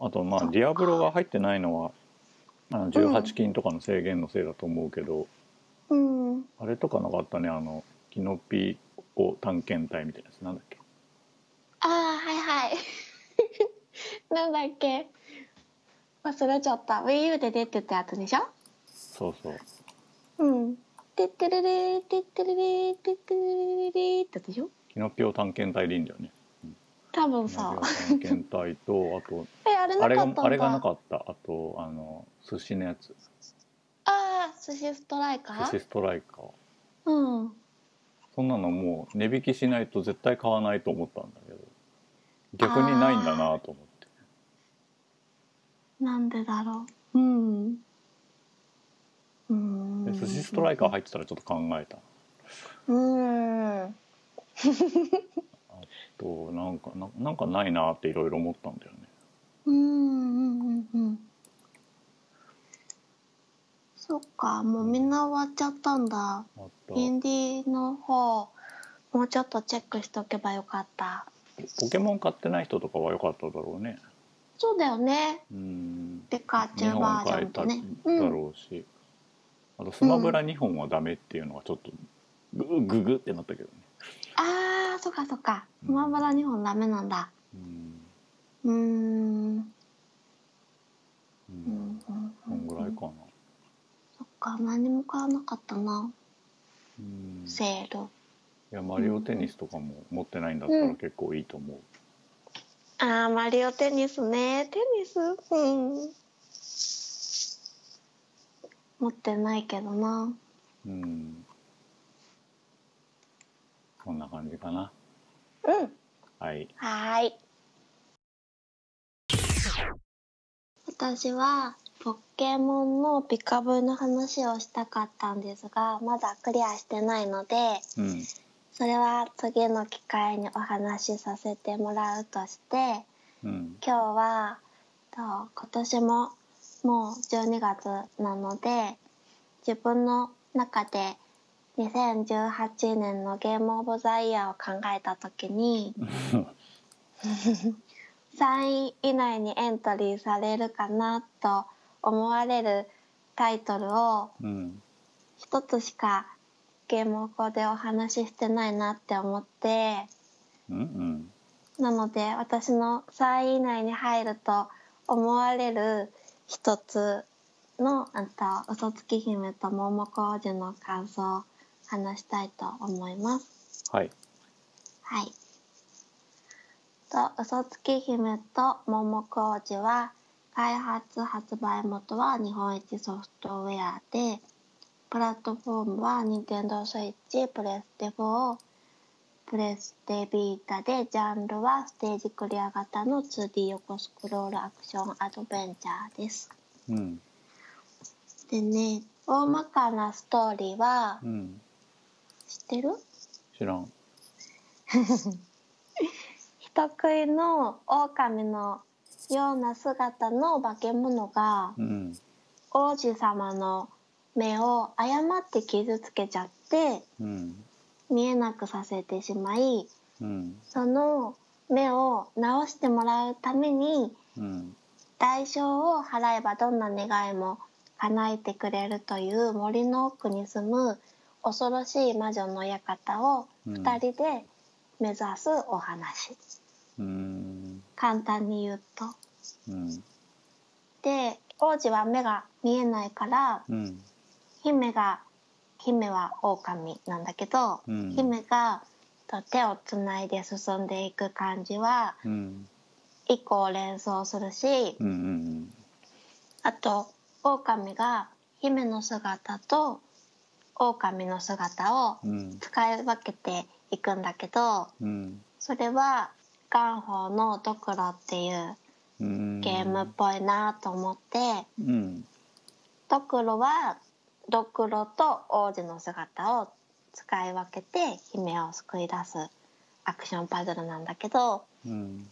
B: あとま
A: そ
B: あ
A: っか
B: ディアブロが入ってないのはあの
A: うん
B: 18金とかの制限のせいだと思うけど、
A: うん
B: あれとかなかったねあのキノピを探検隊みたいなやつなんだっけ
A: ああはいはい なんだっけ忘れちゃった WiiU で出てたやつでしょ
B: そうそう
A: うんてってれれーてってれれーてってれれれーってやつでしょ
B: キノピオ探検隊でいいんだよね
A: 多分
B: キノ
A: さ
B: ピオ探検隊とあ と
A: えあれ
B: あ
A: な
B: れ
A: かった
B: が
A: んだ
B: あれがなかったあとあの寿司のやつ
A: ああ寿司ストライカ
B: 寿司
A: ー
B: ストライカー
A: うん
B: そんなのもう値引きしないと絶対買わないと思ったんだけど逆にないんだなと思って
A: なんでだろううんうーん
B: で寿司ストライカー入ってたらちょっと考えた
A: うーん
B: となんかななんかないなっていろいろ思ったんだよね
A: うんうんうんうんそっかもうみんな終わっちゃったんだ
B: あった
A: インディーの方もうちょっとチェックしておけばよかった
B: ポケモン買ってない人とかは良かっただろうね
A: そうだよね
B: うん
A: ピカチ
B: 2
A: ュウバ
B: 本
A: ージ
B: 買え
A: ョンと
B: ただ
A: ねうん
B: ろうし、あとスマブラ2本はダメっていうのがちょっとググググってなったけどね
A: あーそっかそっかスマブラ2本ダメなんだ
B: うん
A: うーんうんう
B: う
A: んんうん
B: こんぐらいかな
A: そっか何も買わなかったな
B: うん
A: セール
B: いやマリオテニスとかも持ってないんだったら
A: うん
B: 結構いいと思う、
A: あーマリオテニスねテニスうん持ってないけどな
B: うんこんな感じかな
A: うん
B: はい
A: はーい私はポケモンのピカブの話をしたかったんですがまだクリアしてないので
B: うん
A: それは次の機会にお話しさせてもらうとして
B: うん
A: 今日はと今年ももう12月なので自分の中で2018年のゲームオブザイヤーを考えた時に3位以内にエントリーされるかなと思われるタイトルを
B: うん
A: 一つしかゲームこでお話ししてないなって思って
B: うんうん
A: なので私の3位以内に入ると思われる一つの「あんた嘘つき姫と桃小路」の感想を話したいと思います。
B: はい
A: はいと嘘つき姫と桃小路は開発発売元は日本一ソフトウェアでプラットフォームは任天堂 switch プレステ4プレステビータでジャンルはステージクリア型の 2D 横スクロールアクションアドベンチャーです。
B: うん
A: でね大まかなストーリーは
B: うん
A: 知ってる
B: 知らん
A: 人食いの狼のような姿の化け物が
B: うん
A: 王子様の目を誤って傷つけちゃって
B: うん
A: 見えなくさせてしまい
B: うん
A: その目を治してもらうために
B: うん
A: 代償を払えばどんな願いも叶えてくれるという森の奥に住む恐ろしい魔女の館を2人で目指すお話、
B: うん
A: 簡単に言うと。
B: うん
A: で王子は目が見えないから
B: うん
A: 姫が姫は狼なんだけど、
B: うん
A: 姫がと手をつないで進んでいく感じは
B: うん
A: 以降連想するし、
B: うんうん
A: あと狼が姫の姿と狼の姿を
B: うん
A: 使い分けていくんだけど
B: うん
A: それは元宝のドクロっていう
B: うん
A: ゲームっぽいなと思って。
B: うん
A: ドクロはドクロと王子の姿を使い分けて姫を救い出すアクションパズルなんだけど
B: うん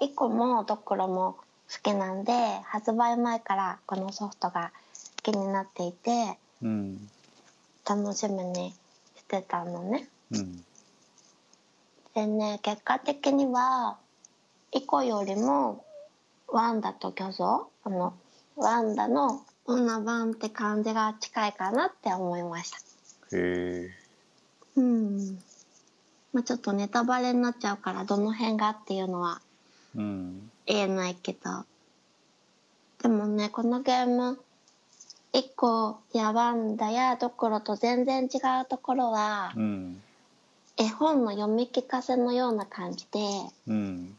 A: イコもドクロも好きなんで発売前からこのソフトが気になっていて
B: うん
A: 楽しみにしてたのね。
B: うん
A: でね結果的にはイコよりもワンダと巨像あのワンダの女版って感じが近いかなって思いました。
B: へえ
A: うんまあ、ちょっとネタバレになっちゃうからどの辺がっていうのは
B: うん
A: 言えないけどでもねこのゲーム1個やワンダやドクロと全然違うところは
B: うん
A: 絵本の読み聞かせのような感じで
B: うん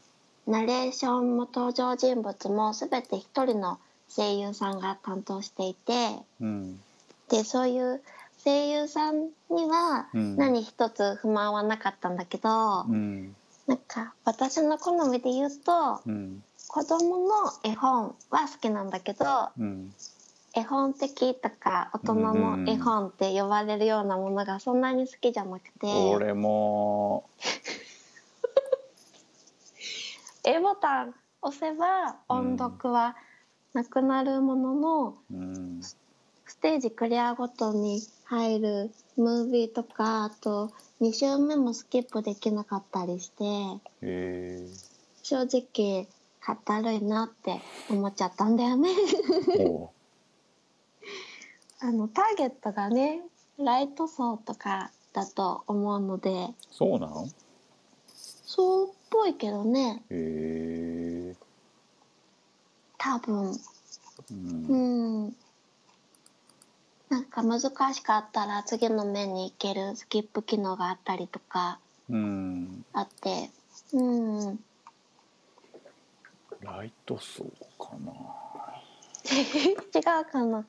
A: ナレーションも登場人物も全て一人の声優さんが担当していて
B: うん
A: でそういう声優さんには
B: うん
A: 何一つ不満はなかったんだけど、
B: うん
A: なんか私の好みで言うと
B: うん
A: 子供の絵本は好きなんだけど
B: うん
A: 絵本的とか大人の絵本って呼ばれるようなものがそんなに好きじゃなくて
B: 俺も
A: A ボタン押せば音読はなくなるものの、
B: うん
A: ステージクリアごとに入るムービーとかあと2周目もスキップできなかったりして
B: へえ
A: 正直かったるいなって思っちゃったんだよね
B: おう
A: あのターゲットがねライト層とかだと思うので
B: そうなん
A: そうっぽいけどね
B: へえ
A: 多分
B: う
A: うんんなんか難しかったら次の面に行けるスキップ機能があったりとか
B: うん
A: あってうん
B: ライト層かな
A: 違うかな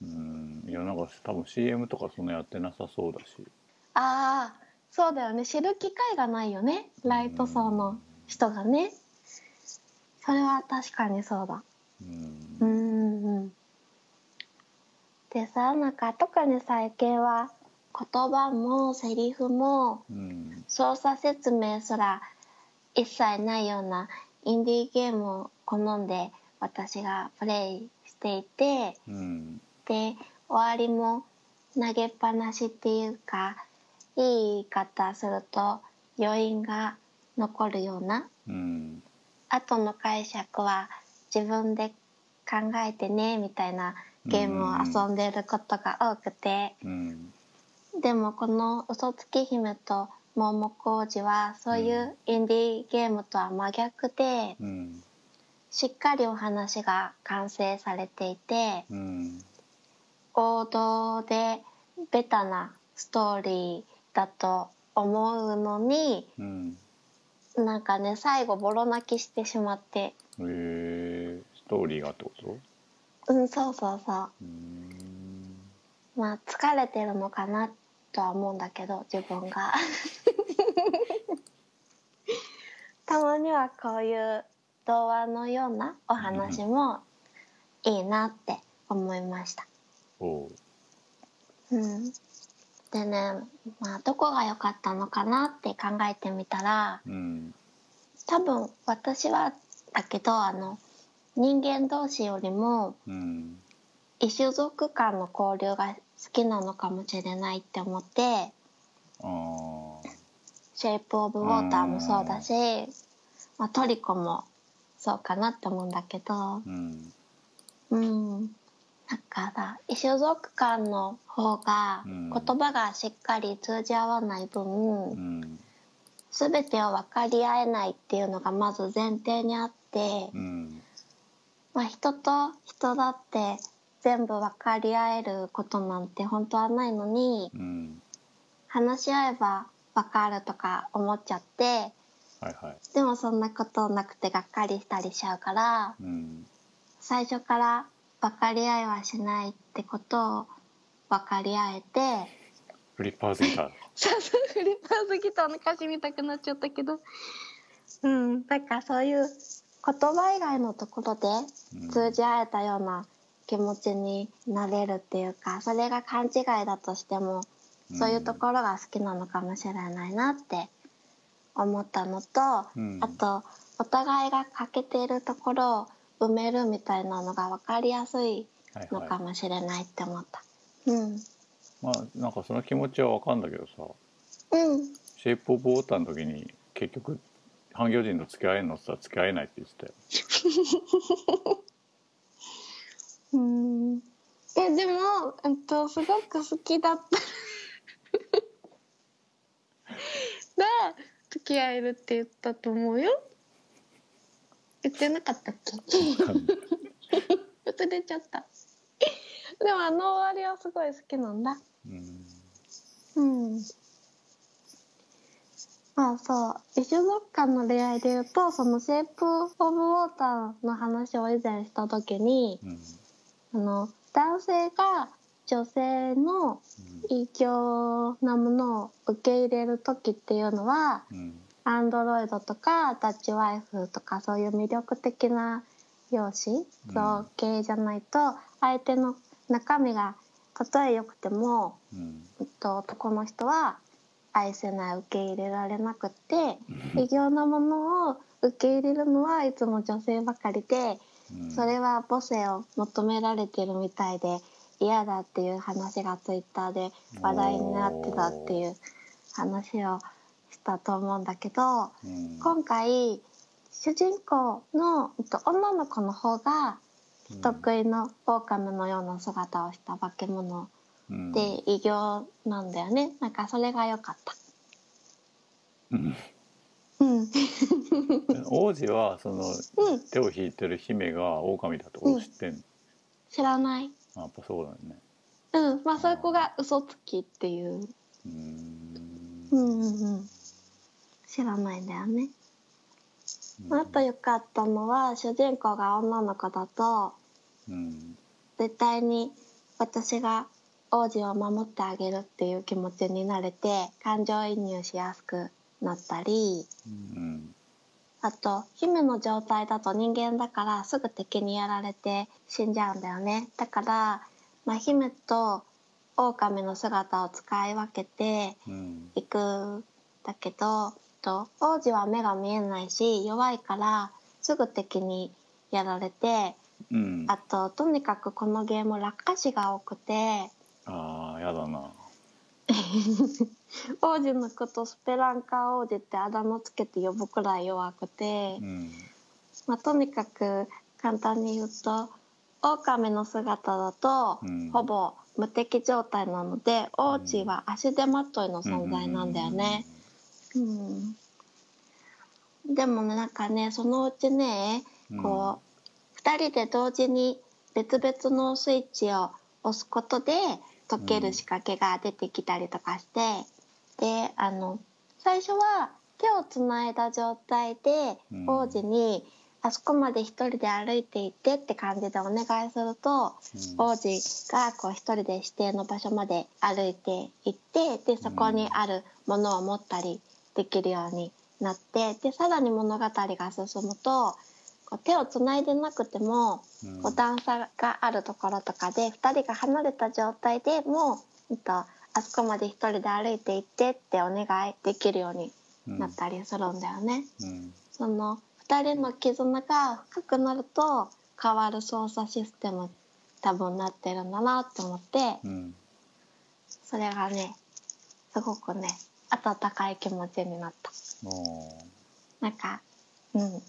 B: うんいやなんか多分 CM とかそんなやってなさそうだし
A: ああそうだよね知る機会がないよねライト層の人がねそれは確かにそうだ
B: うん
A: うーんでさなんか特に最近は言葉もセリフも
B: うん
A: 操作説明すら一切ないようなインディーゲームを好んで私がプレイしていて
B: うん
A: で終わりも投げっぱなしっていうかいい言い方すると余韻が残るような
B: うん
A: 後の解釈は自分で考えてねみたいなゲームを遊んでることが多くて
B: うん
A: でもこの「嘘つき姫」と「桃小路」はそういうインディーゲームとは真逆で
B: うん
A: しっかりお話が完成されていて
B: うん
A: 王道でベタなストーリーだと思うのに
B: うん
A: なんかね最後ボロ泣きしてしまって
B: へえストーリーがってこと
A: うんそうそうそう
B: うん
A: まあ疲れてるのかなとは思うんだけど自分 がたまにはこういう童話のようなお話もいいなって思いました
B: おう
A: うんでねまあどこが良かったのかなって考えてみたら
B: うん
A: 多分私はだけどあの人間同士よりも
B: うん
A: 異種族間の交流が好きなのかもしれないって思って
B: ああ
A: シェイプ・オブ・ウォーターもそうだし、まあ、トリコもそうかなって思うんだけど、
B: うん
A: うん、なんかさ異種族間の方が
B: うん
A: 言葉がしっかり通じ合わない分、
B: うん
A: 全てを分かり合えないっていうのがまず前提にあって、
B: うん
A: まあ、人と人だって全部分かり合えることなんて本当はないのに
B: うん
A: 話し合えば分かるとか思っちゃって。
B: はいはい
A: でもそんなことなくてがっかりしたりしちゃうから
B: うん
A: 最初から分かり合いはしないってことを分かり合えて
B: フリッパーズギター
A: さすがリパーズギターの歌詞見たくなっちゃったけどうんなんかそういう言葉以外のところで
B: うん
A: 通じ合えたような気持ちになれるっていうかそれが勘違いだとしてもそういうところが好きなのかもしれないなって思ったのと、
B: うん
A: あとお互いが欠けているところを埋めるみたいなのが分かりやすい
B: はい
A: のか
B: は
A: もしれないって思った。うん、
B: いまあなんかその気持ちはわかんだけどさ
A: うん、
B: シェイプ・オブ・ウォーターの時に結局半魚人と付き合えるのって言ったら付き合えないって言ってたよ
A: うん、えでも、 えっと、すごく好きだった付き合えるって言ったと思うよ言ってなかったっけ 忘れちゃったでもあの終わりはすごい好きなんだ
B: うん
A: うんまあそう異種族間の恋愛で言うとその「シェイプ・オブ・ウォーター」の話を以前した時に
B: うん
A: あの男性が女性の異教なものを受け入れる時っていうのは
B: うん
A: アンドロイドとかダッチワイフとかそういう魅力的な容姿
B: うん
A: 造形じゃないと相手の中身がたとえ良くても、
B: うん
A: えっと、男の人は愛せない受け入れられなくって異形なものを受け入れるのはいつも女性ばかりで
B: うん
A: それは母性を求められてるみたいで嫌だっていう話がツイッターで話題になってたっていう話をしたと思うんだけど
B: うん
A: 今回主人公のえっと女の子の方が得意の狼のような姿をした化け物
B: うん
A: で異形なんだよねなんかそれが良かった。
B: うん
A: うん、うん、
B: 王子はその手を引いてる姫が狼だってこと知ってんの、
A: 知らない。
B: あやっぱそうだよね
A: うん、まあそういう子が嘘つきっていう。
B: うー
A: うんんうんうん。知らないんだよね。
B: うん
A: あと良かったのは主人公が女の子だと
B: うん
A: 絶対に私が王子を守ってあげるっていう気持ちになれて感情移入しやすくなったり
B: うん
A: あと姫の状態だと人間だからすぐ敵にやられて死んじゃうんだよねだから、まあ、姫と狼の姿を使い分けて
B: うん
A: 行くんだけどと王子は目が見えないし弱いからすぐ敵にやられて
B: うん
A: あととにかくこのゲーム落下死が多くて
B: あーやだな
A: 王子のことスペランカ王子ってあだ名つけて呼ぶくらい弱くて
B: う、ん
A: まあ、とにかく簡単に言うと狼の姿だと、
B: うん
A: ほぼ無敵状態なので王子は足手まといの存在なんだよね。うんでもねなんかねそのうちね
B: うん
A: こう、2人で同時に別々のスイッチを押すことで解ける仕掛けが出てきたりとかして、であの最初は手をつないだ状態で
B: うん
A: 王子に「あそこまで一人で歩いていって」って感じでお願いすると、
B: うん
A: 王子がこう一人で指定の場所まで歩いて行ってでそこにあるものを持ったりできるようになってでさらに物語が進むとこう手をつないでなくても
B: うん
A: こう段差があるところとかで2人が離れた状態でもう、えっと、あそこまで一人で歩いて行ってってお願いできるようになったりするんだよね。
B: うん
A: その2人の絆が深くなると変わる操作システム多分なってるんだなって思って
B: うん
A: それがねすごくね温かい気持ちになった
B: お
A: なんかうん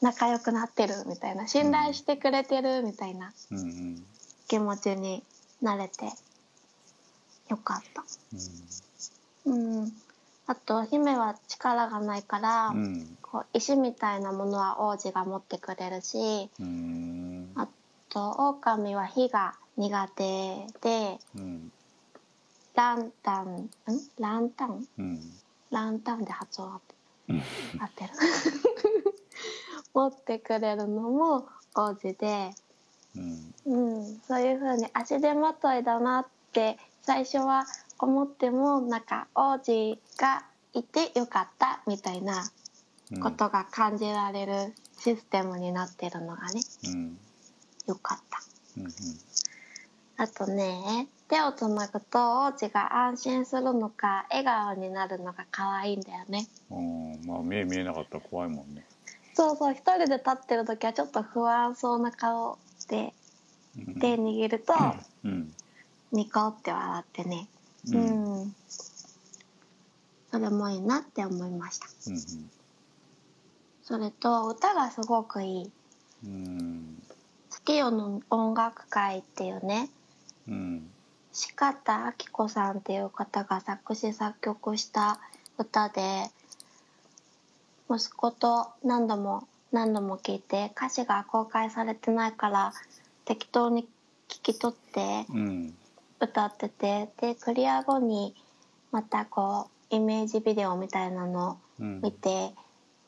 A: 仲良くなってるみたいな信頼してくれてるみたいな
B: ーうんうん
A: 気持ちになれてよかった
B: う
A: うんあと姫は力がないから、
B: んうん
A: こう石みたいなものは王子が持ってくれるし
B: うん
A: あと狼は火が苦手で
B: うん
A: ランタンんランタン
B: うん
A: ランタンで発音合って
B: うん
A: 合ってる持ってくれるのも王子で、
B: う
A: う
B: ん
A: ん、そういう風に足手まといだなって最初は思ってもなんか王子がいてよかったみたいな
B: うん
A: ことが感じられるシステムになってるのがね
B: うん
A: よかった。
B: うん
A: あとね手をつなぐと王子が安心するのか笑顔になるのが可愛いんだよね
B: うんうんまあ目見えなかったら怖いもんね
A: そうそう一人で立ってる時はちょっと不安そうな顔で
B: うん
A: 手握ると
B: うん
A: ニコって笑ってねう
B: う
A: んん、それもいいなって思いました
B: うん
A: それと歌がすごくいい
B: うん
A: 「月夜の音楽会」っていうね
B: うん
A: 四方明子さんっていう方が作詞作曲した歌で息子と何度も何度も聞いて歌詞が公開されてないから適当に聞き取って
B: うん
A: 歌っててでクリア後にまたこうイメージビデオみたいなの
B: うん
A: 見て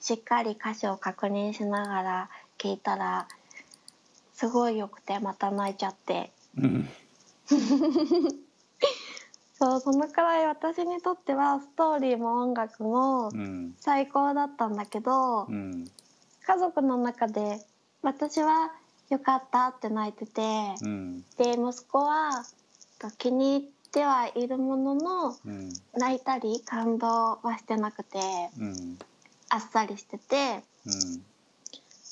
A: しっかり歌詞を確認しながら聞いたらすごいよくてまた泣いちゃって
B: うん
A: そうそのくらい私にとってはストーリーも音楽も
B: うん
A: 最高だったんだけど
B: うん
A: 家族の中で私は「よかった」って泣いてて
B: うん
A: で息子は気に入ってはいるものの
B: うん
A: 泣いたり感動はしてなくて
B: うん
A: あっさりしてて
B: うん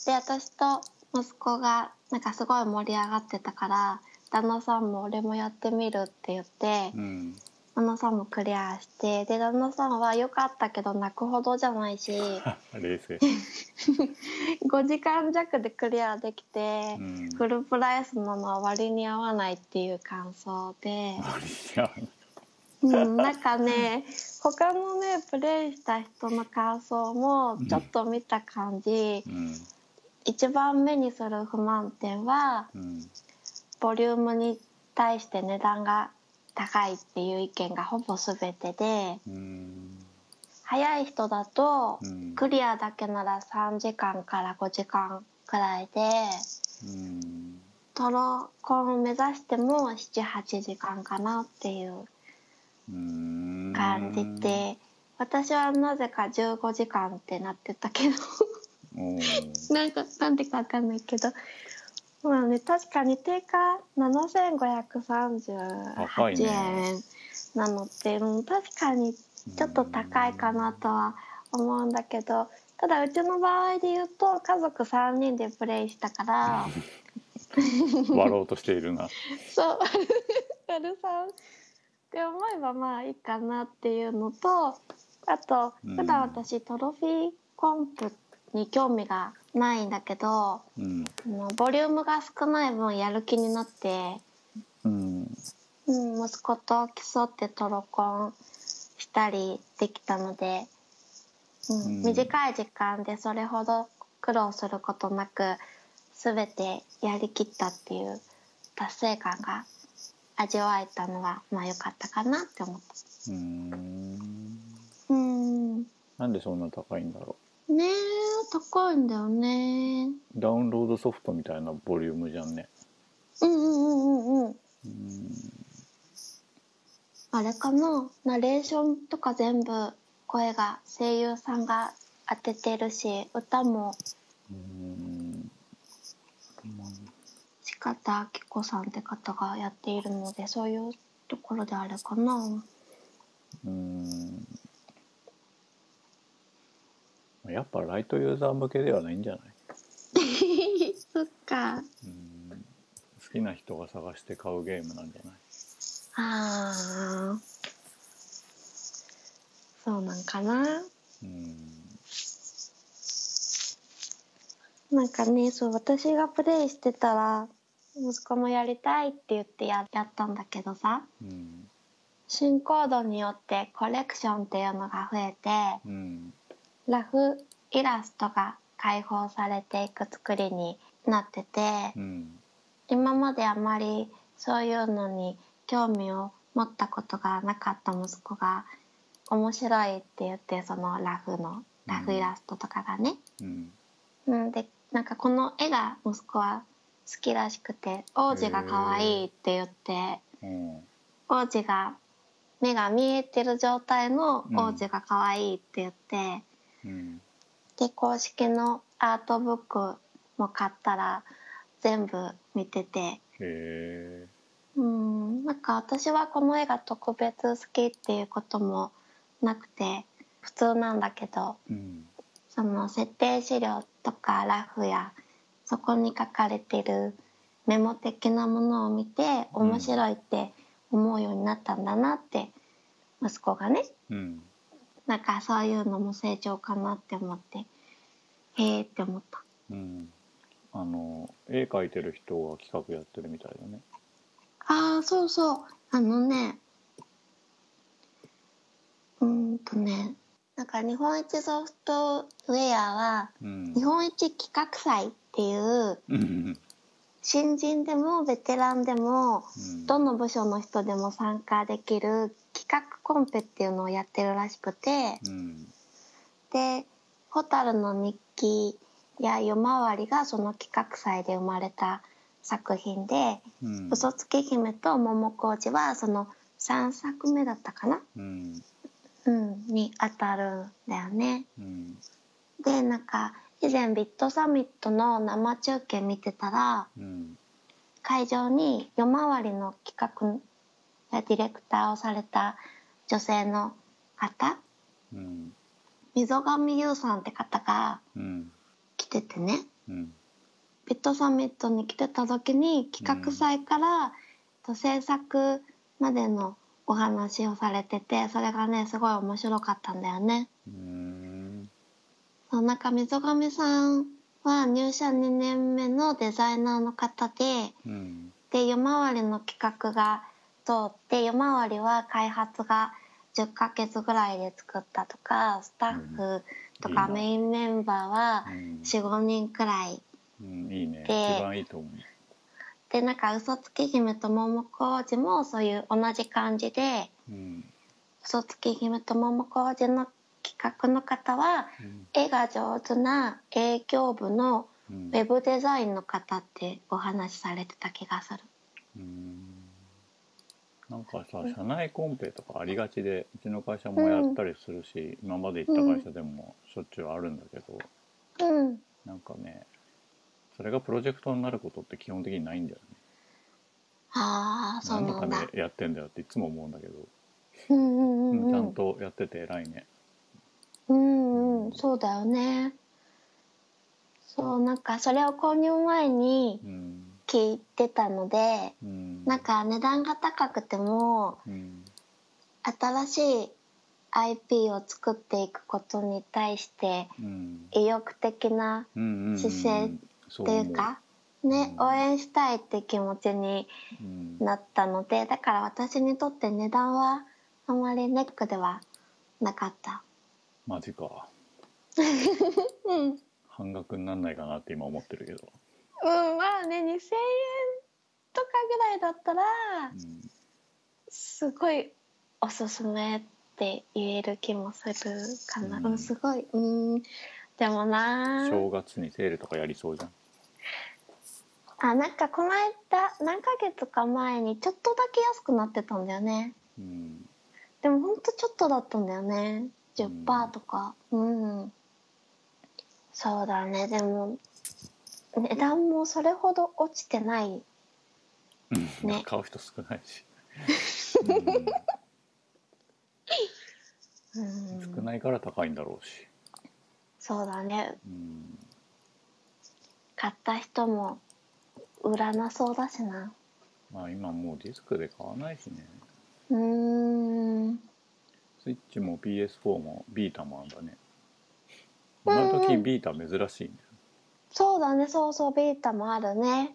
A: で私と息子がなんかすごい盛り上がってたから旦那さんも俺もやってみるって言って
B: うん
A: 旦那さんもクリアしてで旦那さんは良かったけど泣くほどじゃないし
B: 冷静
A: 5時間弱でクリアできて
B: うん
A: フルプライスなのは割に合わないっていう感想で、
B: 割に合わない
A: うん、なんかね他のねプレイした人の感想もちょっと見た感じ
B: うん
A: 一番目にする不満点は
B: うん
A: ボリュームに対して値段が高いっていう意見がほぼ全てで
B: うん
A: 早い人だと
B: うん
A: クリアだけなら3時間から5時間くらいで
B: うん
A: トロコンを目指しても78時間かなっていう
B: うん
A: 感じて私はなぜか15時間ってなってたけど
B: おー
A: なんかなんでかわかんないけどまあね確かに定価
B: 高い
A: 7538円
B: ね
A: なので、うん確かにちょっと高いかなとは思うんだけどただうちの場合で言うと家族3人でプレイした から。
B: 割ろうとしているな
A: そう、 アルさんって思えばまあいいかなっていうのと、あと
B: うん
A: 普段私トロフィーコンプに興味がないんだけど、
B: うん
A: あのボリュームが少ない分やる気になって、
B: うん
A: うん、息子と競ってトロコンしたりできたので、うん
B: うん
A: 短い時間でそれほど苦労することなく全てやりきったっていう達成感が味わえたのはまあ良かったかなって思っ
B: うん
A: た。うんね
B: なんでそんな高いんだろ
A: え高いんだよね。
B: うダウンロードソフトみたいなボリュームじゃんね
A: うんうんうんうんうん。
B: うん
A: あれかなナレーションとか全部声が声優さんが当ててるし歌も
B: うん
A: 近田明子さんって方がやっているのでそういうところであれかな
B: うんやっぱライトユーザー向けではないんじゃない
A: そっか
B: うん好きな人が探して買うゲームなんじゃない
A: あーそうなんかな
B: うん
A: なんかねそう私がプレイしてたら息子もやりたいって言ってややったんだけどさ
B: うん
A: 新コードによってコレクションっていうのが増えて
B: うん
A: ラフイラストが解放されていく作りになってて、
B: うん
A: 今まであまりそういうのに興味を持ったことがなかった息子が面白いって言ってそのラフのラフイラストとかがね、
B: うん
A: うん、でなんかこの絵が息子は好きらしくて王子が可愛いって言って
B: うん
A: 王子が目が見えてる状態の王子が可愛いって言って、
B: うん
A: で公式のアートブックも買ったら全部見てて
B: へえ
A: うんなんか私はこの絵が特別好きっていうこともなくて普通なんだけど
B: うん
A: その設定資料とかラフやそこに書かれてるメモ的なものを見て
B: うん
A: 面白いって思うようになったんだなって息子がね
B: うん
A: なんかそういうのも成長かなって思ってへえって思った。
B: うんあの絵描いてる人が企画やってるみたいだね
A: ああそうそうあのねうーんとねなんか日本一ソフトウェアは
B: うん
A: 日本一企画祭っていう
B: うんうん
A: 新人でもベテランでも
B: うん
A: どの部署の人でも参加できる企画コンペっていうのをやってるらしくて
B: うん
A: で「蛍の日記」や「夜回り」がその企画祭で生まれた作品で
B: うん
A: 「嘘つき姫」と「桃小路」はその3作目だったかな、
B: うん
A: うん、に当たるんだよね。
B: うん
A: でなんか以前ビットサミットの生中継見てたら
B: うん
A: 会場に夜回りの企画やディレクターをされた女性の方
B: うん
A: 溝上優さんって方が
B: うん
A: 来ててね
B: うん
A: ビットサミットに来てた時に企画祭からと制作までのお話をされててそれがねすごい面白かったんだよね。
B: うん
A: そうなんか溝上さんは入社2年目のデザイナーの方で
B: うん
A: で夜回りの企画が通って夜回りは開発が10ヶ月ぐらいで作ったとかスタッフとか
B: うん
A: メインメンバーは
B: うん
A: 45人くらい
B: うんいいね
A: で
B: 一番いいと思う
A: でなんか嘘つき姫と桃小路もそういう同じ感じで
B: うん
A: 嘘つき姫と桃小路の企画の方は
B: うん
A: 絵が上手な営業部の
B: うん
A: ウェブデザインの方ってお話しされてた気がする。
B: うんなんかさ社内コンペとかありがちでうちの会社もやったりするし、今まで行った会社でもしょっちゅうあるんだけど、
A: うん
B: なんかねそれがプロジェクトになることって基本的にないんだよね
A: ああそう
B: 何
A: な
B: のた
A: ん
B: め
A: だ。
B: やってんだよっていつも思うんだけど、
A: うんうんうんうん
B: ちゃんとやってて偉いね
A: うんうんそうだよねそうなんかそれを購入前に
B: うん
A: 聞いてたので
B: うん
A: なんか値段が高くても
B: うん
A: 新しい IP を作っていくことに対して
B: うん
A: 意欲的な
B: うんうん
A: 姿勢
B: そ
A: と
B: 思
A: いうかね
B: うん
A: 応援したいって気持ちに
B: うん
A: なったのでだから私にとって値段はあまりネックではなかった。
B: マジか
A: うん、うん、
B: 半額になんないかなって今思ってるけど、
A: まあね2000円とかぐらいだったら
B: うん
A: すごいおすすめって言える気もするかな、
B: うん
A: うん、すごいうんでもな
B: 正月にセールとかやりそうじゃん
A: あなんかこの間何ヶ月か前にちょっとだけ安くなってたんだよね
B: うん
A: でもほんとちょっとだったんだよね
B: うん
A: 10%とかうん、そうだねでも値段もそれほど落ちてないね
B: 買う人少ない し、うん
A: うん
B: 少ないから高いんだろうし、
A: そうだね
B: うん、
A: 買った人も売らなそうだしな
B: まあ今もうディスクで買わないしね
A: うーん
B: スイッチも PS4 もビータもあんだね今時ビータ珍しいね、
A: そうだねそうそうビータもあるね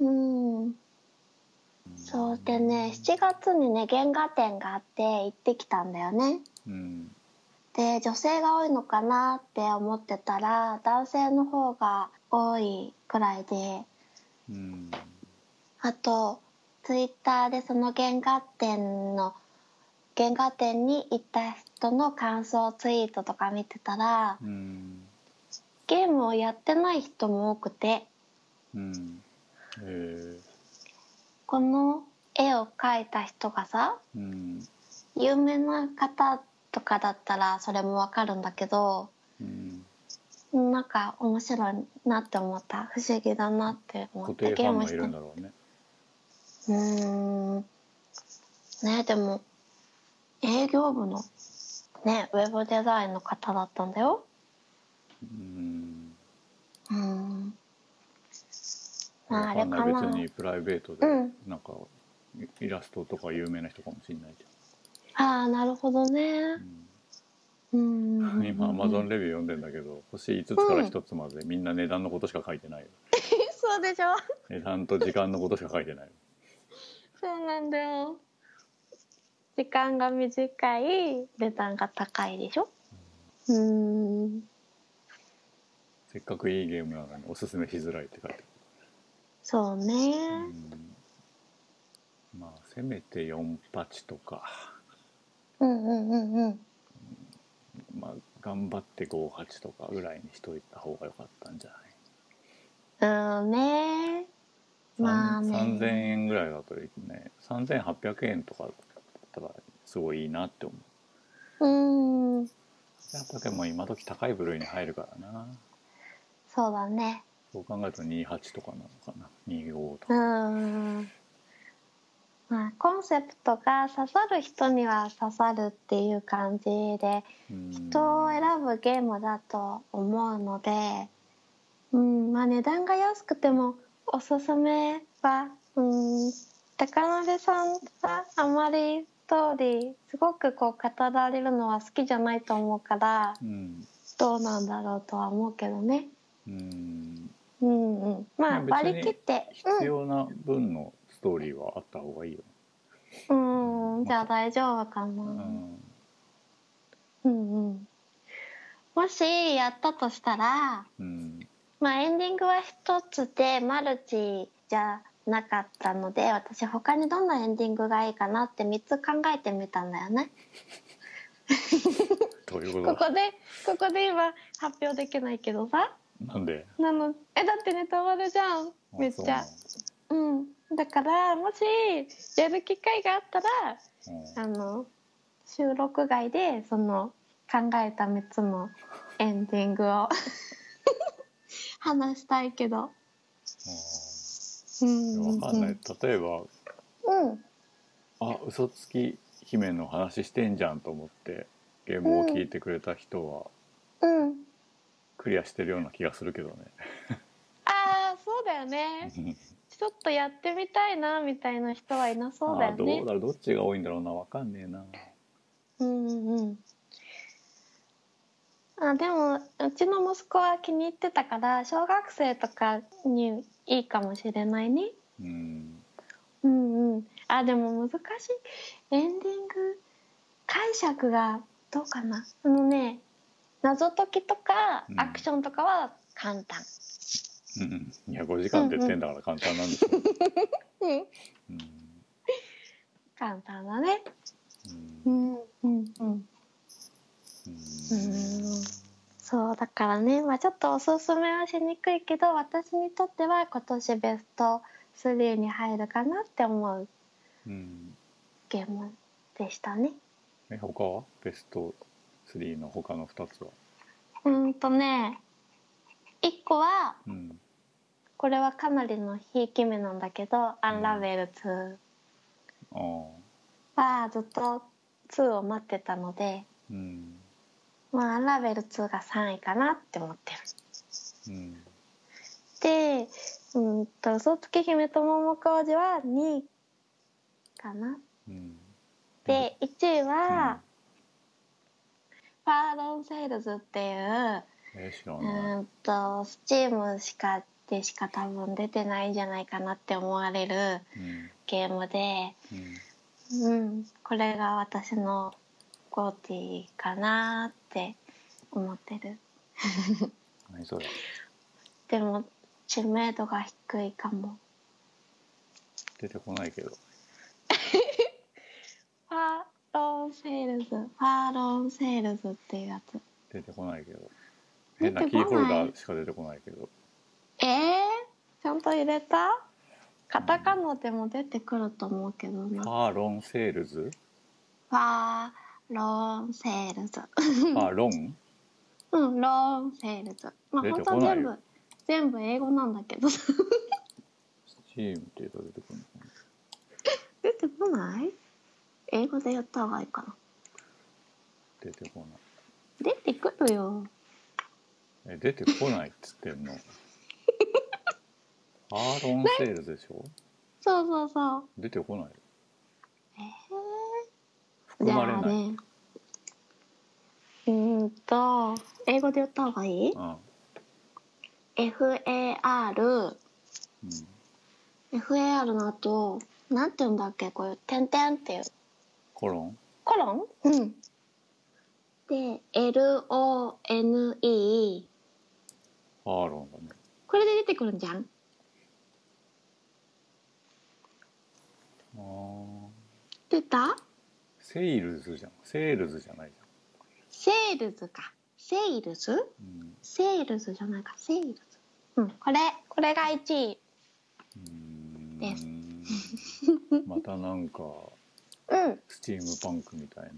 B: うん
A: うんそうでね7月にね原画展があって行ってきたんだよね
B: うん
A: で女性が多いのかなって思ってたら男性の方が多いくらいで
B: うん
A: あとツイッターでその原画展の原画展に行った人の感想ツイートとか見てたら
B: うん
A: ゲームをやってない人も多くて
B: うんへえ
A: この絵を描いた人がさ
B: うん
A: 有名な方とかだったらそれもわかるんだけど
B: うん
A: なんか面白いなって思った不思議だなって思
B: 固
A: って
B: 定ファンがい
A: し
B: る
A: て
B: んだろうね
A: うーんねでも営業部のねウェブデザインの方だったんだよ
B: うん
A: うーんまあ
B: わ
A: あ
B: か
A: れ
B: ん
A: か
B: ない別
A: な
B: にプライベートで
A: うん
B: なんかイラストとか有名な人かもしれないじ
A: ああなるほど
B: ゃ
A: ね
B: ん、
A: う
B: う
A: ーん
B: ん、今アマゾンレビュー読んでんだけど星5つから1つまでみんな値段のことしか書いてないよ
A: そうでしょ
B: 値段と時間のことしか書いてないよ
A: そうなんだよ。時間が短い値段が高いでしょうーん
B: せっかくいいゲームなのにおすすめしづらいって書いてある
A: そうね
B: うんまあせめて4八とか、
A: うんうんうんうん
B: まあ、頑張って5八とかぐらいにしといた方が良かったんじゃない
A: うんねまあね
B: 3000円ぐらいだとね3800円とかだったらすごいいいなって思う
A: うん
B: やっぱでも今時高い部類に入るからな
A: そうだね
B: そう考えると28とかなのかな25と
A: う
B: か
A: んまあコンセプトが刺さる人には刺さるっていう感じで人を選ぶゲームだと思うので、うんまあ、値段が安くてもおすすめは、うん、高鍋さんがあまりストーリーすごくこう語られるのは好きじゃないと思うから
B: うん
A: どうなんだろうとは思うけどね。
B: うん
A: うんうん、まあ
B: まあ別に
A: 割り切って、
B: 必要な分のストーリーはあった方がいいよ、
A: うん、うん、じゃあ大丈夫かな。
B: うん
A: うんうん、もしやったとしたら
B: うん
A: まあエンディングは一つでマルチじゃなかったので私他にどんなエンディングがいいかなって3つ考えてみたんだよね
B: どういうこと
A: こ
B: だ
A: こでここで今発表できないけどさ
B: なんで
A: なのえだってネタバレじゃんめっちゃうんだからもしやる機会があったら
B: そうなの
A: あの収録外でその考えた3つのエンディングを 話したいけどうん
B: うんうんわかんない例えば
A: うん
B: あ嘘つき姫の話してんじゃんと思ってゲームを聞いてくれた人は
A: うん
B: クリアしてるような気がするけど
A: ああそうだよね
B: ね
A: ちょっとやってみたいなみたいな人はいな そうだよ
B: あど
A: ね
B: うだろうどっちが多いんだろうなわかんねえな
A: うんうんうんあでもうちの息子は気に入ってたから小学生とかにいいかもしれないね
B: うん
A: うんうんあでも難しいエンディング解釈がどうかなあのね謎解きとか
B: うん
A: アクションとかは簡単、
B: うんいや5時間って言ってんだから簡単なんでしょう、
A: うん、
B: うん
A: 簡単だね
B: うん
A: んうんうんんそうだからね、まあ、ちょっとおすすめはしにくいけど私にとっては今年ベスト3に入るかなって思う
B: うん
A: ゲームでしたね
B: え他はベスト3の他の2つは、
A: うーんとね1個は
B: うん、
A: これはかなりのひいき目なんだけど「アンラベル2
B: ああ」
A: はずっと2を待ってたので、
B: うん
A: まあ、アンラベル2が3位かなって思って
B: うん
A: る。で「うんと嘘つき姫と桃小路」は2位かな。
B: うん
A: で1位
B: うん
A: は「ファーロンセールズ」っていう
B: え知ら
A: う
B: ない、
A: ーんとスチームしかでしか多分出てないんじゃないかなって思われる
B: うん
A: ゲームで。
B: うん
A: うん、これが私のゴーティーかなって思ってる
B: 何それ
A: でも知名度が低いかも
B: 出てこないけど
A: ファーロンセールズファーロンセールズっていうやつ
B: 出てこないけど
A: 出てこない
B: 変なキーホルダーしか出てこないけど
A: えー、ちゃんと入れたカタカナでも出てくると思うけどな
B: フ
A: フ
B: ァーロンセールズ
A: ァーロンセールズ
B: ファーロン
A: うんロンセールズまあ
B: 出て
A: 本
B: こ
A: 当
B: ない
A: 全部全部英語なんだけど さ
B: チームって言うと出てくるのかな
A: 出てこない英語でやった方がいいかな
B: 出てこ
A: 出てくるよ
B: ないえ出てこないっつって んのファーロンセールズでしょ
A: そうそうそう。
B: 出てこない
A: えー、じ
B: 含まれ
A: ゃあ
B: ない、
A: ね。うーんと英語で言った方がいい
B: うん
A: ？FAR
B: うん
A: FAR の後なんて言うんだっけこういう点々っていう
B: コロン
A: コロンうん。で、L-O-N-E。
B: アーロンだね
A: これで出てくるんじゃん
B: あー
A: 出た
B: セールズじゃんセールズじゃないじ
A: セールズか。セールズ
B: ゃん、うん
A: セールズじゃないか。セールズ。うん。これ、これが1位。
B: うー んまたなんか
A: うん。
B: スチームパンクみたいな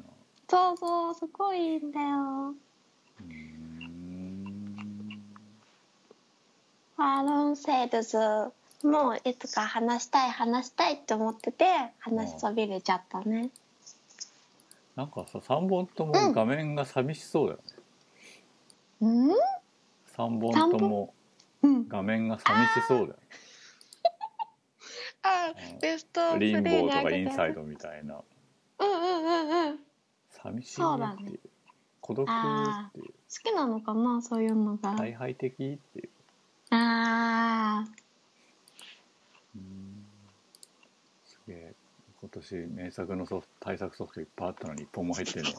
A: そうそう、すごいいいんだよ。
B: うーん
A: アーロン・セールズ。もういつか話したい話したいって思ってて話しそびれちゃったね。
B: なんかさ3本とも
A: うん
B: 画面が寂しそうだよね、
A: うん？
B: 3本と
A: 三
B: も
A: うん。
B: 画面が寂しそうだよね
A: あ
B: うん、
A: ベスト
B: リンボーとか
A: て
B: インサイドみたいな
A: うんうんうんうん。
B: 寂しい
A: そうだ
B: っ
A: ね
B: ていう孤独っていう
A: 好きなのかなそういうのが。
B: 大敗的っていう
A: ああ、
B: うーんすげえ今年名作のソフト対策ソフトいっぱいあったのに一本も入ってるの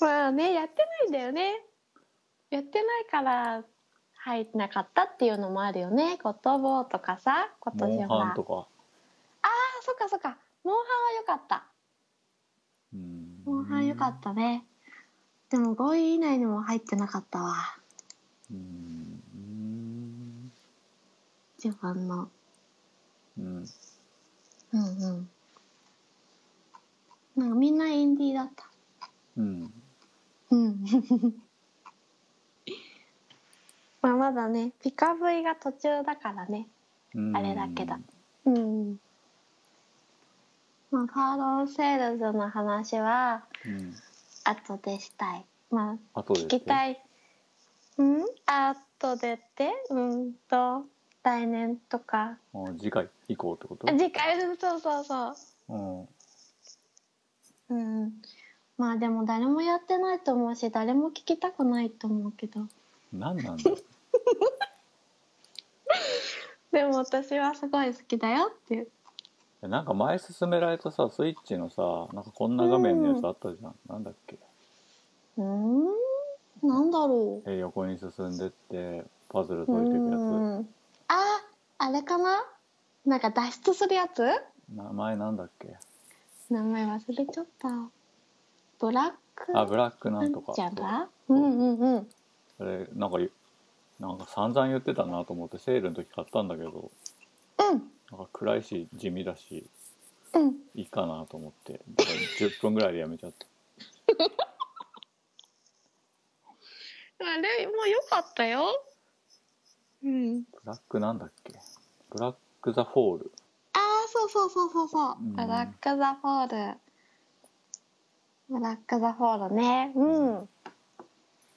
A: まあねやってないんだよね。やってないから入ってなかったっていうのもあるよね。ゴッドボーとかさ今
B: モ
A: 年
B: ン
A: ほら。
B: ハン
A: あ
B: とか
A: あそっかそっか。モンハンは良かった。
B: うーん
A: モンハン良かったね。でも5位以内にも入ってなかったわ。
B: うーん
A: 自分の。
B: うん
A: うんうん。なんかみんなインディーだった。
B: うん
A: うん。 まあまだねピカブイが途中だからね。
B: うん
A: あれだけだうん。まあ、カーロン・セールズの話は
B: うん
A: 後でしたい。まあ、
B: あとで
A: 聞きたい。うん後でってうんと、来年とか。
B: あ次回以降ってこと
A: あ次回、 そうそうそう。
B: うん
A: うん。まあでも誰もやってないと思うし、誰も聞きたくないと思うけど。
B: 何なんだろう
A: でも私はすごい好きだよっていう。
B: なんか前進められたさスイッチのさなんかこんな画面のやつあったじゃん、なんだっけ
A: うんなんだろう。
B: えー横に進んでってパズル解いていくやつ
A: うんああれかななんか脱出するやつ
B: 名前なんだっけ
A: 名前忘れちゃったブラック
B: あブラックなんとか
A: じゃ
B: そう
A: だうんうんうん
B: それなんかゆなんか散々言ってたなと思ってセールの時買ったんだけど
A: うん
B: なんか暗いし地味だし
A: うん
B: いいかなと思ってだから10分ぐらいでやめちゃった
A: あれもうよかったようん
B: ブラックなんだっけブラック・ザ・フォール
A: ああそうそうそうそうそう
B: うん
A: ブラック・ザ・フォールブラック・ザ・フォールねうん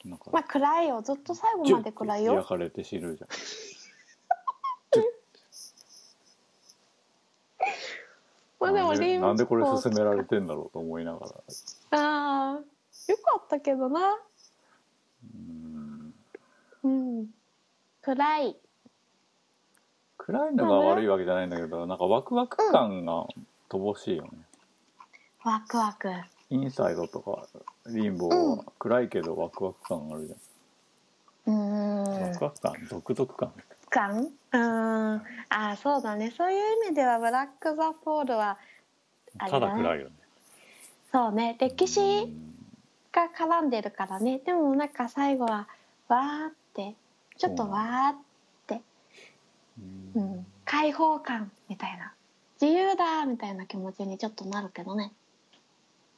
B: なんか
A: まあ暗いよずっと最後まで暗い
B: ジュッ
A: よ
B: て開かれて死ぬじゃん
A: まあでも
B: なん
A: リン
B: なんでこれ
A: ゴ
B: 進められてんだろうと思いながら
A: ああよかったけどな
B: うーん
A: うん暗い
B: 暗いのが悪いわけじゃないんだけどなんかワクワク感が乏しいよね、
A: ワクワク
B: インサイドとかリンボーは暗いけどワクワク感あるじ
A: う
B: ゃん、
A: ー
B: ワ
A: ん
B: クワク感続々感
A: 感うーんあーそうだねそういう意味ではブラック・ザ・ポールはあれ
B: た
A: だね
B: だ暗いよね
A: そうね歴史
B: うん
A: が絡んでるからねでもなんか最後はわーってちょっとわー、うん、解放感みたいな自由だみたいな気持ちにちょっとなるけどね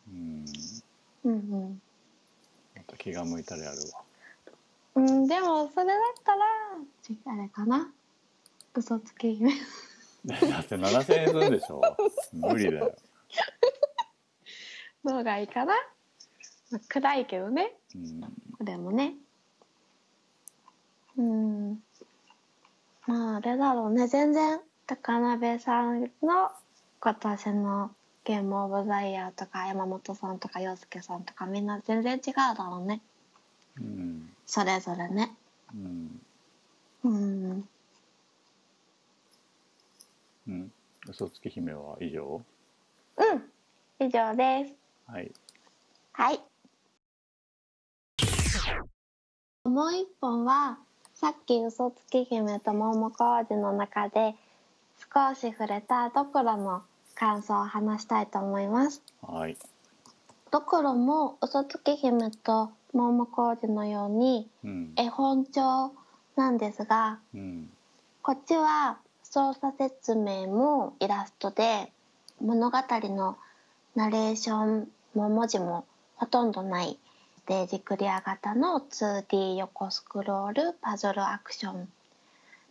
B: うん
A: うん
B: また気が向いたらやるわ
A: う ん、うん、でもそれだったらちあれかな嘘つき姫
B: だって7000円するんで しょ無理だよ、
A: の方がいいかなまあ暗いけどね
B: うん、
A: これもねうんまああれだろうね全然高鍋さんの今年のゲームオブザイヤーとか山本さんとか洋介さんとかみんな全然違うだろうね
B: うん
A: それぞれね
B: うん
A: うん
B: うん嘘つき姫は以上
A: うん以上です
B: はい
A: はいもう一本はさっき嘘つき姫と桃小路の中で少し触れたドクロの感想を話したいと思います
B: はい
A: ドクロも嘘つき姫と桃小路のように
B: うん
A: 絵本帳なんですが
B: うん
A: こっちは操作説明もイラストで物語のナレーションも文字もほとんどないデージクリア型の 2D 横スクロールパズルアクション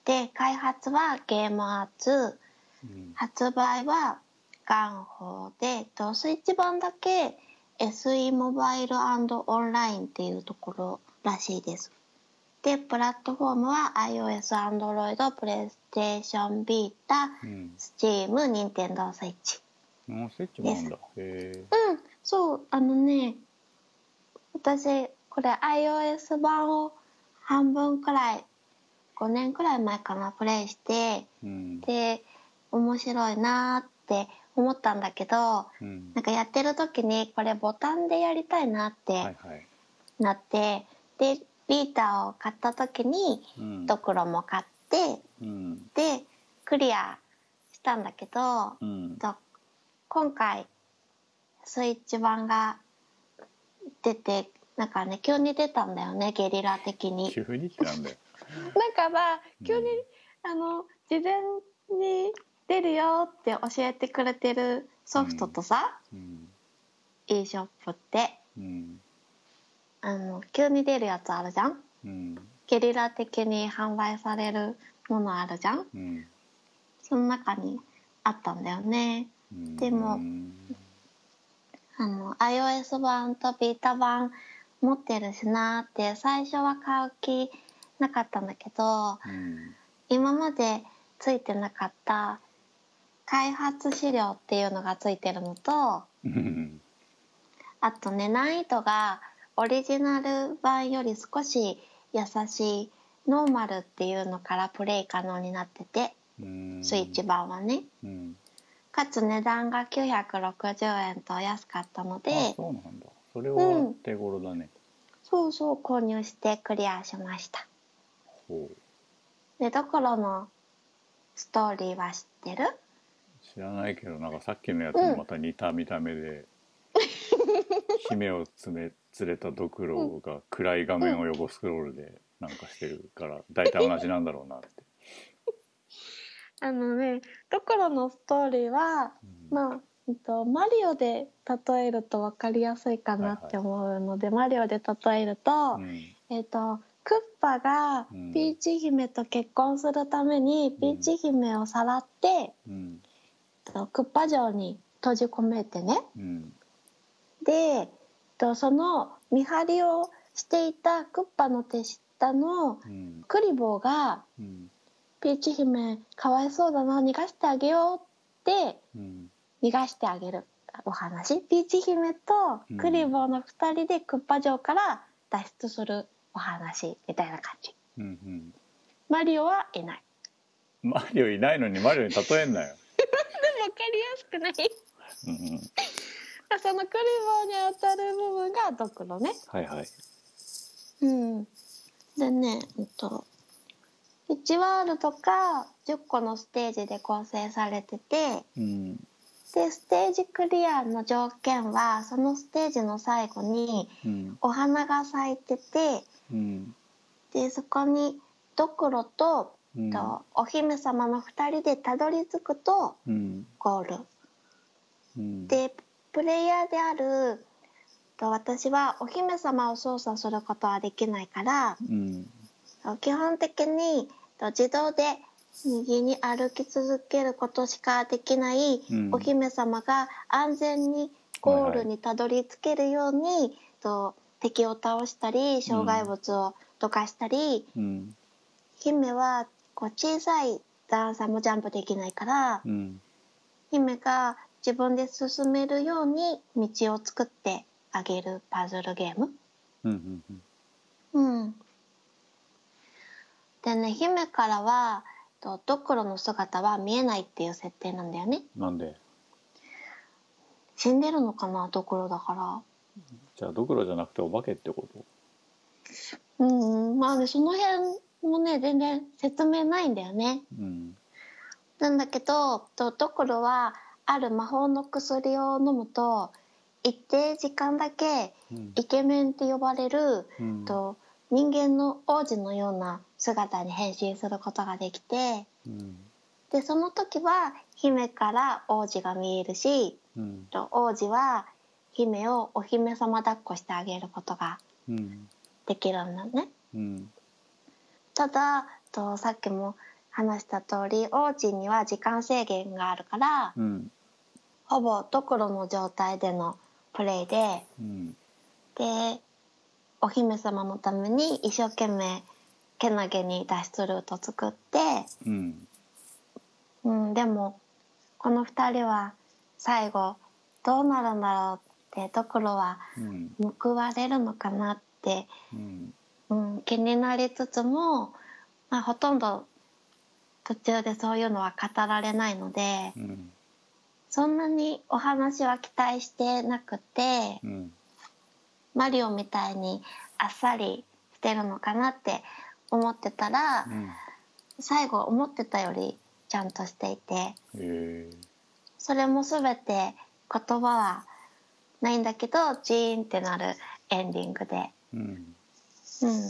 A: で開発はゲームアーツ
B: うん
A: 発売は元宝でとスイッチ版だけ SE モバイルオンラインっていうところらしいですでプラットフォームは iOS、Android、PlayStation、Vita、
B: うん、
A: Steam、Nintendo Switch
B: うん、スイッチもあるんだへえ
A: うんそうあのね私これ iOS 版を半分くらい5年くらい前かなプレイして
B: うん
A: で面白いなーって思ったんだけど
B: うん
A: なんかやってる時にこれボタンでやりたいなっ
B: はい
A: て
B: はい
A: なって、でビーターを買った時に
B: うん
A: ドクロも買って
B: うん
A: でクリアしたんだけど、
B: うん
A: と今回スイッチ版が出てなんかね急に出たんだよねゲリラ的に。
B: 急に来たんだよ
A: なんかまあ急に、
B: うん
A: あの事前に出るよって教えてくれてるソフトとさ、
B: うん、
A: e ショップって
B: うん
A: あの急に出るやつあるじゃん
B: うん
A: ゲリラ的に販売されるものあるじゃん
B: うん
A: その中にあったんだよね
B: うん
A: でも
B: うん
A: あの iOS 版とビータ版持ってるしなーって最初は買う気なかったんだけど
B: うん
A: 今までついてなかった開発資料っていうのがついてるのと
B: うん
A: あとね難易度がオリジナル版より少し優しいノーマルっていうのからプレイ可能になってて
B: うん
A: スイッチ版はね
B: うん
A: かつ値段が960円と安かったので
B: あそうなんだそれ
A: う
B: は
A: ん
B: 手頃だね、
A: そうそう購入してクリアしました
B: ほう
A: でどころのストーリーは知ってる
B: 知らないけどなんかさっきのやつもまた似た見た 目で、姫を詰め連れたドクロが暗い画面を横スクロールでなんかしてるから大体同じなんだろうなって、
A: あのねどころのストーリーは
B: うん
A: まあ、えっと、マリオで例えると分かりやすいかなって思うので、マリオで例えると、
B: うん
A: えっと、クッパが
B: うん
A: ピーチ姫と結婚するためにピーチ姫をさらって、えっ
B: うん
A: とクッパ城に閉じ込めてね
B: うん
A: で、えっと、その見張りをしていたクッパの手下の
B: うん
A: クリボーが
B: うん
A: ピーチ姫かわいそうだな逃がしてあげようって
B: うん
A: 逃がしてあげるお話ピーチ姫とクリボーの2人でクッパ城から脱出するお話みたいな感じ
B: うんうん
A: マリオはいない
B: マリオいないのにマリオに例えんなよ、
A: 分かりやすくない
B: うんうん、
A: そのクリボーに当たる部分がドクロね
B: はいはい
A: うんでねえっと1ワールドか10個のステージで構成されてて
B: うん
A: でステージクリアの条件はそのステージの最後に
B: うん
A: お花が咲いてて
B: うん
A: でそこにドクロと,、
B: うん
A: とお姫様の2人でたどり着くと
B: うん
A: ゴール
B: うん
A: でプレイヤーであると私はお姫様を操作することはできないから
B: うん
A: と基本的にと自動で右に歩き続けることしかできない
B: うん
A: お姫様が安全にゴールにたどり着けるように、と敵を倒したり障害物をどかしたり、
B: うん
A: 姫はこう小さい段差もジャンプできないから、
B: うん
A: 姫が自分で進めるように道を作ってあげるパズルゲーム。
B: うんうんうん
A: うん、でね姫からはとドクロの姿は見えないっていう設定なんだよね
B: なんで
A: 死んでるのかなドクロだか
B: じゃあドクロじゃなくてお化けってこと
A: らうんまあねその辺もね全然説明ないんだよね
B: うん
A: なんだけどとドクロはある魔法の薬を飲むと一定時間だけ
B: うん
A: イケメンって呼ばれる、
B: うん
A: と人間の王子のような姿に変身することができて
B: うん
A: でその時は姫から王子が見えるし
B: うん
A: と王子は姫をお姫様抱っこしてあげることが
B: うん
A: できるんだね。
B: うん
A: ただとさっきも話した通り王子には時間制限があるから
B: うん
A: ほぼドクロの状態でのプレイで
B: うん
A: でお姫様のために一生懸命けなげに脱出ルート作って、
B: うん
A: うん、でもこの2人は最後どうなるんだろうってドクロは
B: うん
A: 報われるのかなって、
B: うん
A: うん、気になりつつも、まあ、ほとんど途中でそういうのは語られないので
B: うん
A: そんなにお話は期待してなくて。
B: うん
A: マリオみたいにあっさりしてるのかなって思ってたら、
B: うん
A: 最後思ってたよりちゃんとしていて
B: え
A: それも全て言葉はないんだけどジーンってなるエンディングで、
B: ー、うん
A: うん、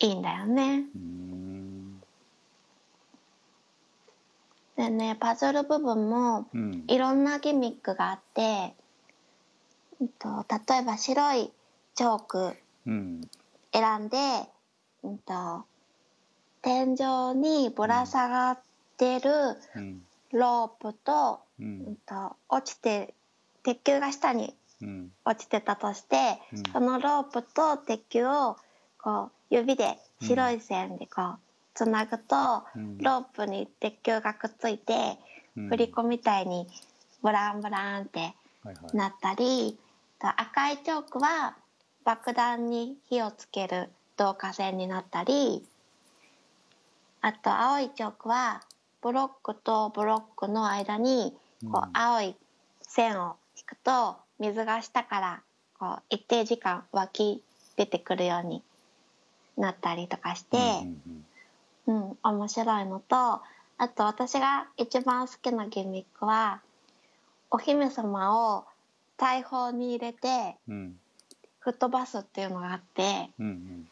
A: いいんだよね。
B: うーん
A: でねパズル部分も
B: うん
A: いろんなギミックがあって、うんと、例えば白いチョーク
B: うん
A: 選んで、うんと、天井にぶら下がってる
B: うん
A: ロープと、
B: う
A: うん
B: ん
A: と、落ちて、鉄球が下に
B: うん
A: 落ちてたとして、
B: うん
A: そのロープと鉄球を、こう、指で白い線でこう、つなぐと、
B: うん
A: ロープに鉄球がくっついて、
B: うん
A: 振り子みたいに、ブランブランって
B: はいはい
A: なったり、と赤いチョークは爆弾に火をつける導火線になったりあと青いチョークはブロックとブロックの間にこ
B: う
A: うん青い線を引くと水が下からこう一定時間湧き出てくるようになったりとかして、
B: うん
A: うん、面白いのとあと私が一番好きなギミックはお姫様を大砲に入れて
B: うんうん
A: 吹っ飛ばすっていうのがあって
B: うんうん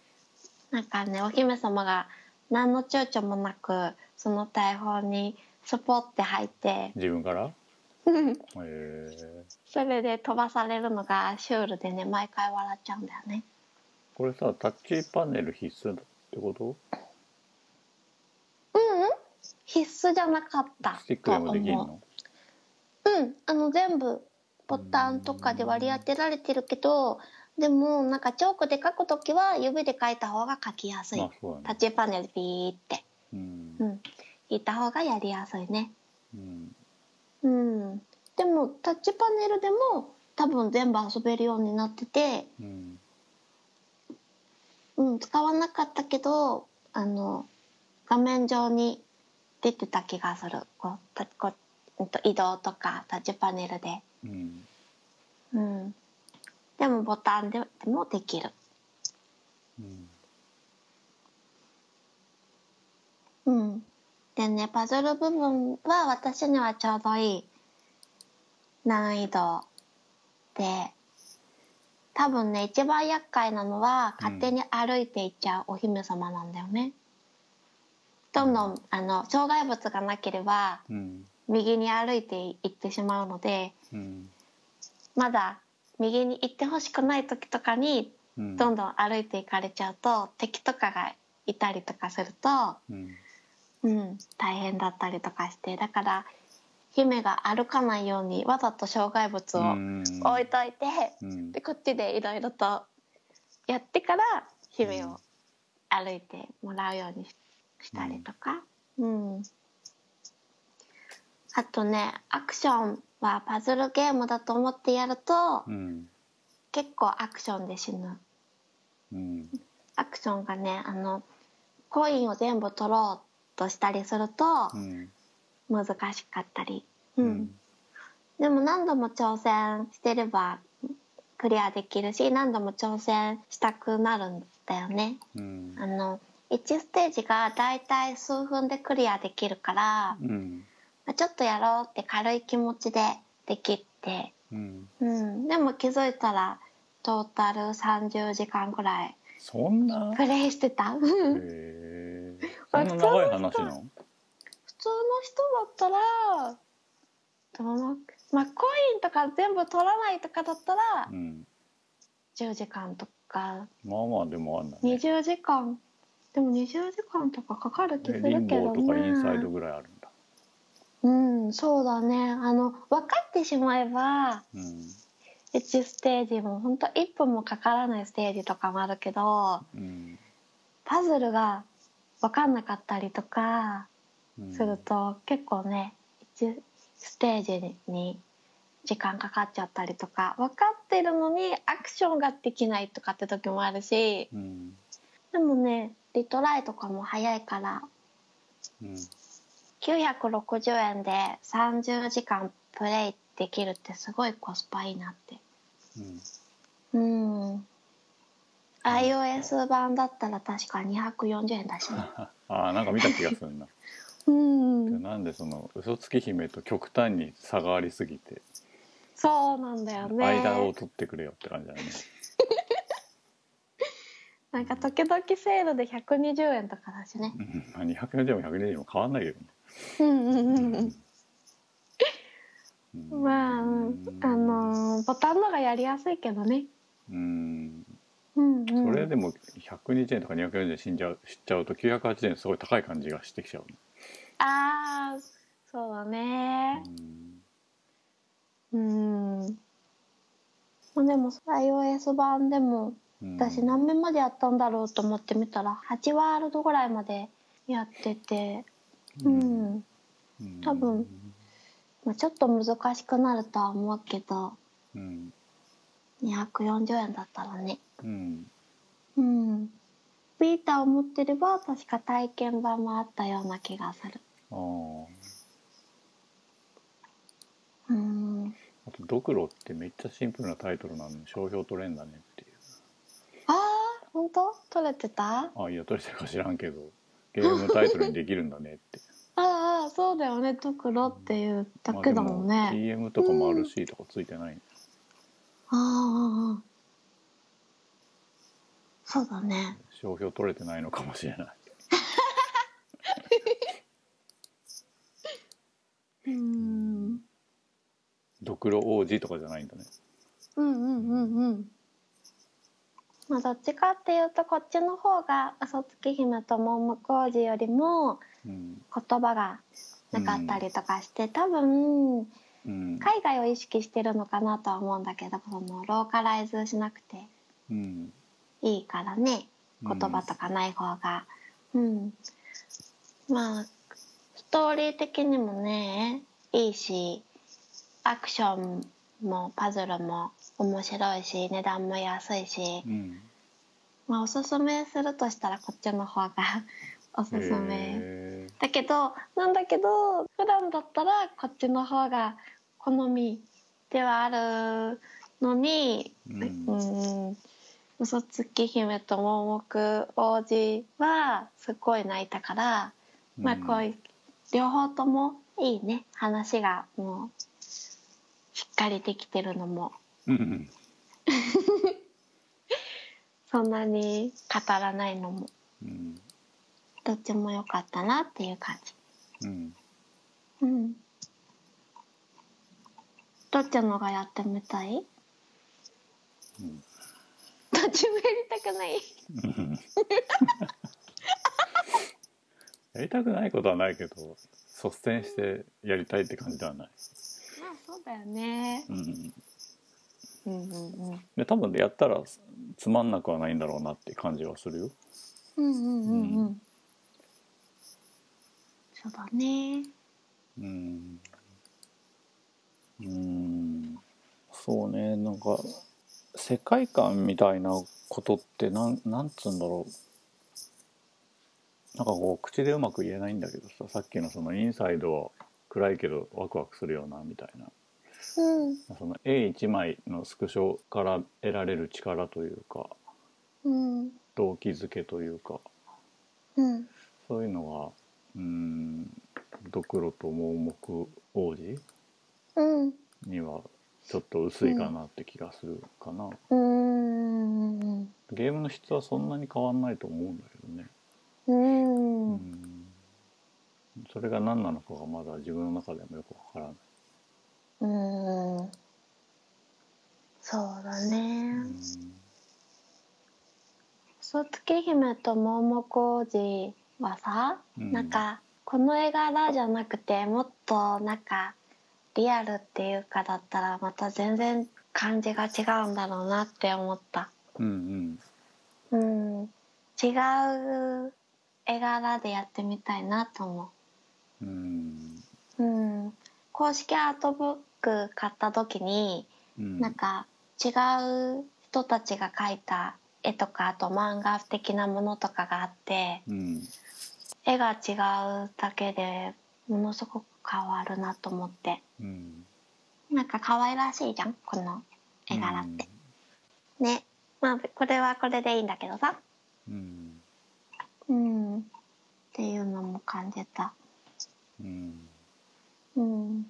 A: なんかねお姫様が何の躊躇もなくその大砲にスポって入って
B: 自分から
A: うん
B: へえ
A: それで飛ばされるのがシュールでね毎回笑っちゃうんだよね。
B: これさタッチパネル必須ってこと
A: うん、うん必須じゃなかった
B: スティック
A: と
B: でもできる
A: 思う。
B: の
A: うん、あの全部ボタンとかで割り当てられてるけどでもなんかチョークで書くときは指で書いた方が書きやすい
B: あそう
A: タ
B: だ
A: ッ
B: ね
A: チパネルピーって、
B: うん
A: うん、引いた方がやりやすいね、
B: うん
A: うん、でもタッチパネルでも多分全部遊べるようになってて、
B: うん
A: うん、使わなかったけどあの画面上に出てた気がするこうたこううんと移動とかタッチパネルで。
B: うん
A: うん、でもボタンでもできる、
B: うん
A: うん、でねパズル部分は私にはちょうどいい難易度で多分ね一番厄介なのは
B: うん
A: 勝手に歩いていっちゃうお姫様なんだよね、どんどんあの障害物がなければ
B: うん
A: 右に歩いていってしまうので
B: うん
A: まだ右に行ってほしくない時とかに
B: うん
A: どんどん歩いていかれちゃうと敵とかがいたりとかすると、
B: うん
A: うん、大変だったりとかしてだから姫が歩かないようにわざと障害物を
B: うん
A: 置いといて、
B: うん
A: でこっちでいろいろとやってから姫を歩いてもらうようにししたりとか、うんあとねアクションはパズルゲームだと思ってやると
B: うん
A: 結構アクションで死ぬ。
B: うん
A: アクションがねあのコインを全部取ろうとしたりすると
B: うん
A: 難しかったり、
B: う
A: うんでも何度も挑戦してればクリアできるし何度も挑戦したくなるんだよね。
B: うん
A: あの1ステージがだいたい数分でクリアできるから、
B: うん
A: まあちょっとやろうって軽い気持ちでできて、
B: うん
A: うん、でも気づいたらトータル30時間くらい
B: そんな
A: プレイしてた普通
B: へ
A: の
B: えそんな長い話なの
A: 人だったらどのまあコインとか全部取らないとかだったら
B: うん
A: 10時間とか
B: まあまあでもあんだね
A: 20時間でも20時間とかかかる気す
B: え
A: る
B: リン
A: け
B: ボ
A: ど
B: ーとかインサイ
A: ね
B: ド。ぐらいあるんだ
A: うん、そうだね。あの、分かってしまえば、
B: うん
A: 1ステージも本当1分もかからないステージとかもあるけど、
B: うん
A: パズルが分かんなかったりとか
B: うん
A: すると、結構ね、1ステージに時間かかっちゃったりとか、分かってるのにアクションができないとかって時もあるし、
B: うん
A: でもね、リトライとかも早いから、
B: うん
A: 960円で30時間プレイできるってすごいコスパいいなって
B: うん
A: うん iOS 版だったら確か240円だしね
B: ああなんか見た気がするな
A: うん
B: なんでその嘘つき姫と極端に差がありすぎて
A: そうなんだよね
B: 間を取ってくれよって感じだね
A: なんか時々セールで120円とかだしね
B: うんまあ200円でも100円でも変わんないけどね
A: うんうん
B: う
A: うん
B: んうん
A: まあうんあのーボタンの方がやりやすいけどね
B: うん
A: うんうん
B: それでも120円とか240円死んじゃう知っちゃうと980円すごい高い感じがしてきちゃうね、
A: ああそうだねうんまあでも iOS 版でも
B: うん
A: 私何面までやったんだろうと思ってみたら8ワールドぐらいまでやっててうん、
B: うん
A: 多分まあ、ちょっと難しくなるとは思うけど
B: うん
A: 240円だったらね
B: うん
A: うんビータを持ってれば確か体験版もあったような気がする
B: あー
A: うん
B: あと「ドクロ」ってめっちゃシンプルなタイトルなのに商標取れんだねっていう
A: ああ本当取れてたあ
B: あいや取れてるか知らんけどゲームタイトルにできるんだね って
A: あーそうだよねドクロっていうだけだもん
B: まあで
A: ね、
B: も TM とかもあるしとかついてない、
A: あー、ああそうだね
B: 商標取れてないのかもしれない
A: うん
B: ドクロ王子とかじゃないんだね
A: うんうんうんうん。まあどっちかっていうとこっちの方が嘘つき姫と盲目王子よりも
B: うん、
A: 言葉がなかったりとかして、多分
B: うん
A: 海外を意識してるのかなとは思うんだけどそのローカライズしなくて
B: うん、
A: いいからね言葉とかない方が。うん、まあストーリー的にもねいいしアクションもパズルも面白いし値段も安いし
B: う、ん、
A: まあ、おすすめするとしたらこっちの方が おすすめ
B: へー
A: だけどなんだけど普段だったらこっちの方が好みではあるのに
B: うん
A: うん嘘つき姫と盲目王子はすごい泣いたから、まあこういう両方ともいいね話がもうしっかりできてるのも
B: うん
A: そんなに語らないのも
B: うん
A: どっちも良かったなっていう感じ。
B: うん
A: うん。どっちのがやってみたい？
B: うん
A: どっちもやりたくない。
B: うん やりたくないことはないけど率先してやりたいって感じではな
A: ま
B: い、
A: あそうだよね。
B: うん、
A: うんうんうん。
B: で多分やったらつつまんなくはないんだろうなって感じはするよ
A: うんうんうんう。
B: うん
A: そうだね。
B: うんうんそうねなんか世界観みたいなことってなんなんつうんだろうなんかこう口でうまく言えないんだけどささっきのそのインサイドは暗いけどワクワクするようなみたいな
A: うん
B: その絵一枚のスクショから得られる力というか
A: うん
B: 動機づけというか
A: うん
B: そういうのがうーんドクロと盲目王子
A: うん
B: にはちょっと薄いかなって気がするかな、
A: うん
B: ゲームの質はそんなに変わんないと思うんだけどね、
A: うん
B: うんそれが何なのかがまだ自分の中でもよくわからない、
A: うんそうだ
B: う
A: ね
B: ん
A: 嘘つき姫と盲目王子はさ、
B: うん
A: なんかこの絵柄じゃなくてもっとなんかリアルっていうかだったらまた全然感じが違うんだろうなって思った
B: うん
A: うん違う絵柄でやってみたいなと思
B: うんうん
A: ううん公式アートブック買った時に
B: うん
A: なんか違う人たちが描いた絵とかあと漫画的なものとかがあって
B: うん
A: 絵が違うだけでものすごく変わるなと思って
B: うん
A: なんか可愛らしいじゃんこの絵柄って、ねまあこれはこれでいいんだけどさ
B: うん
A: うんっていうのも感じた
B: うん
A: うん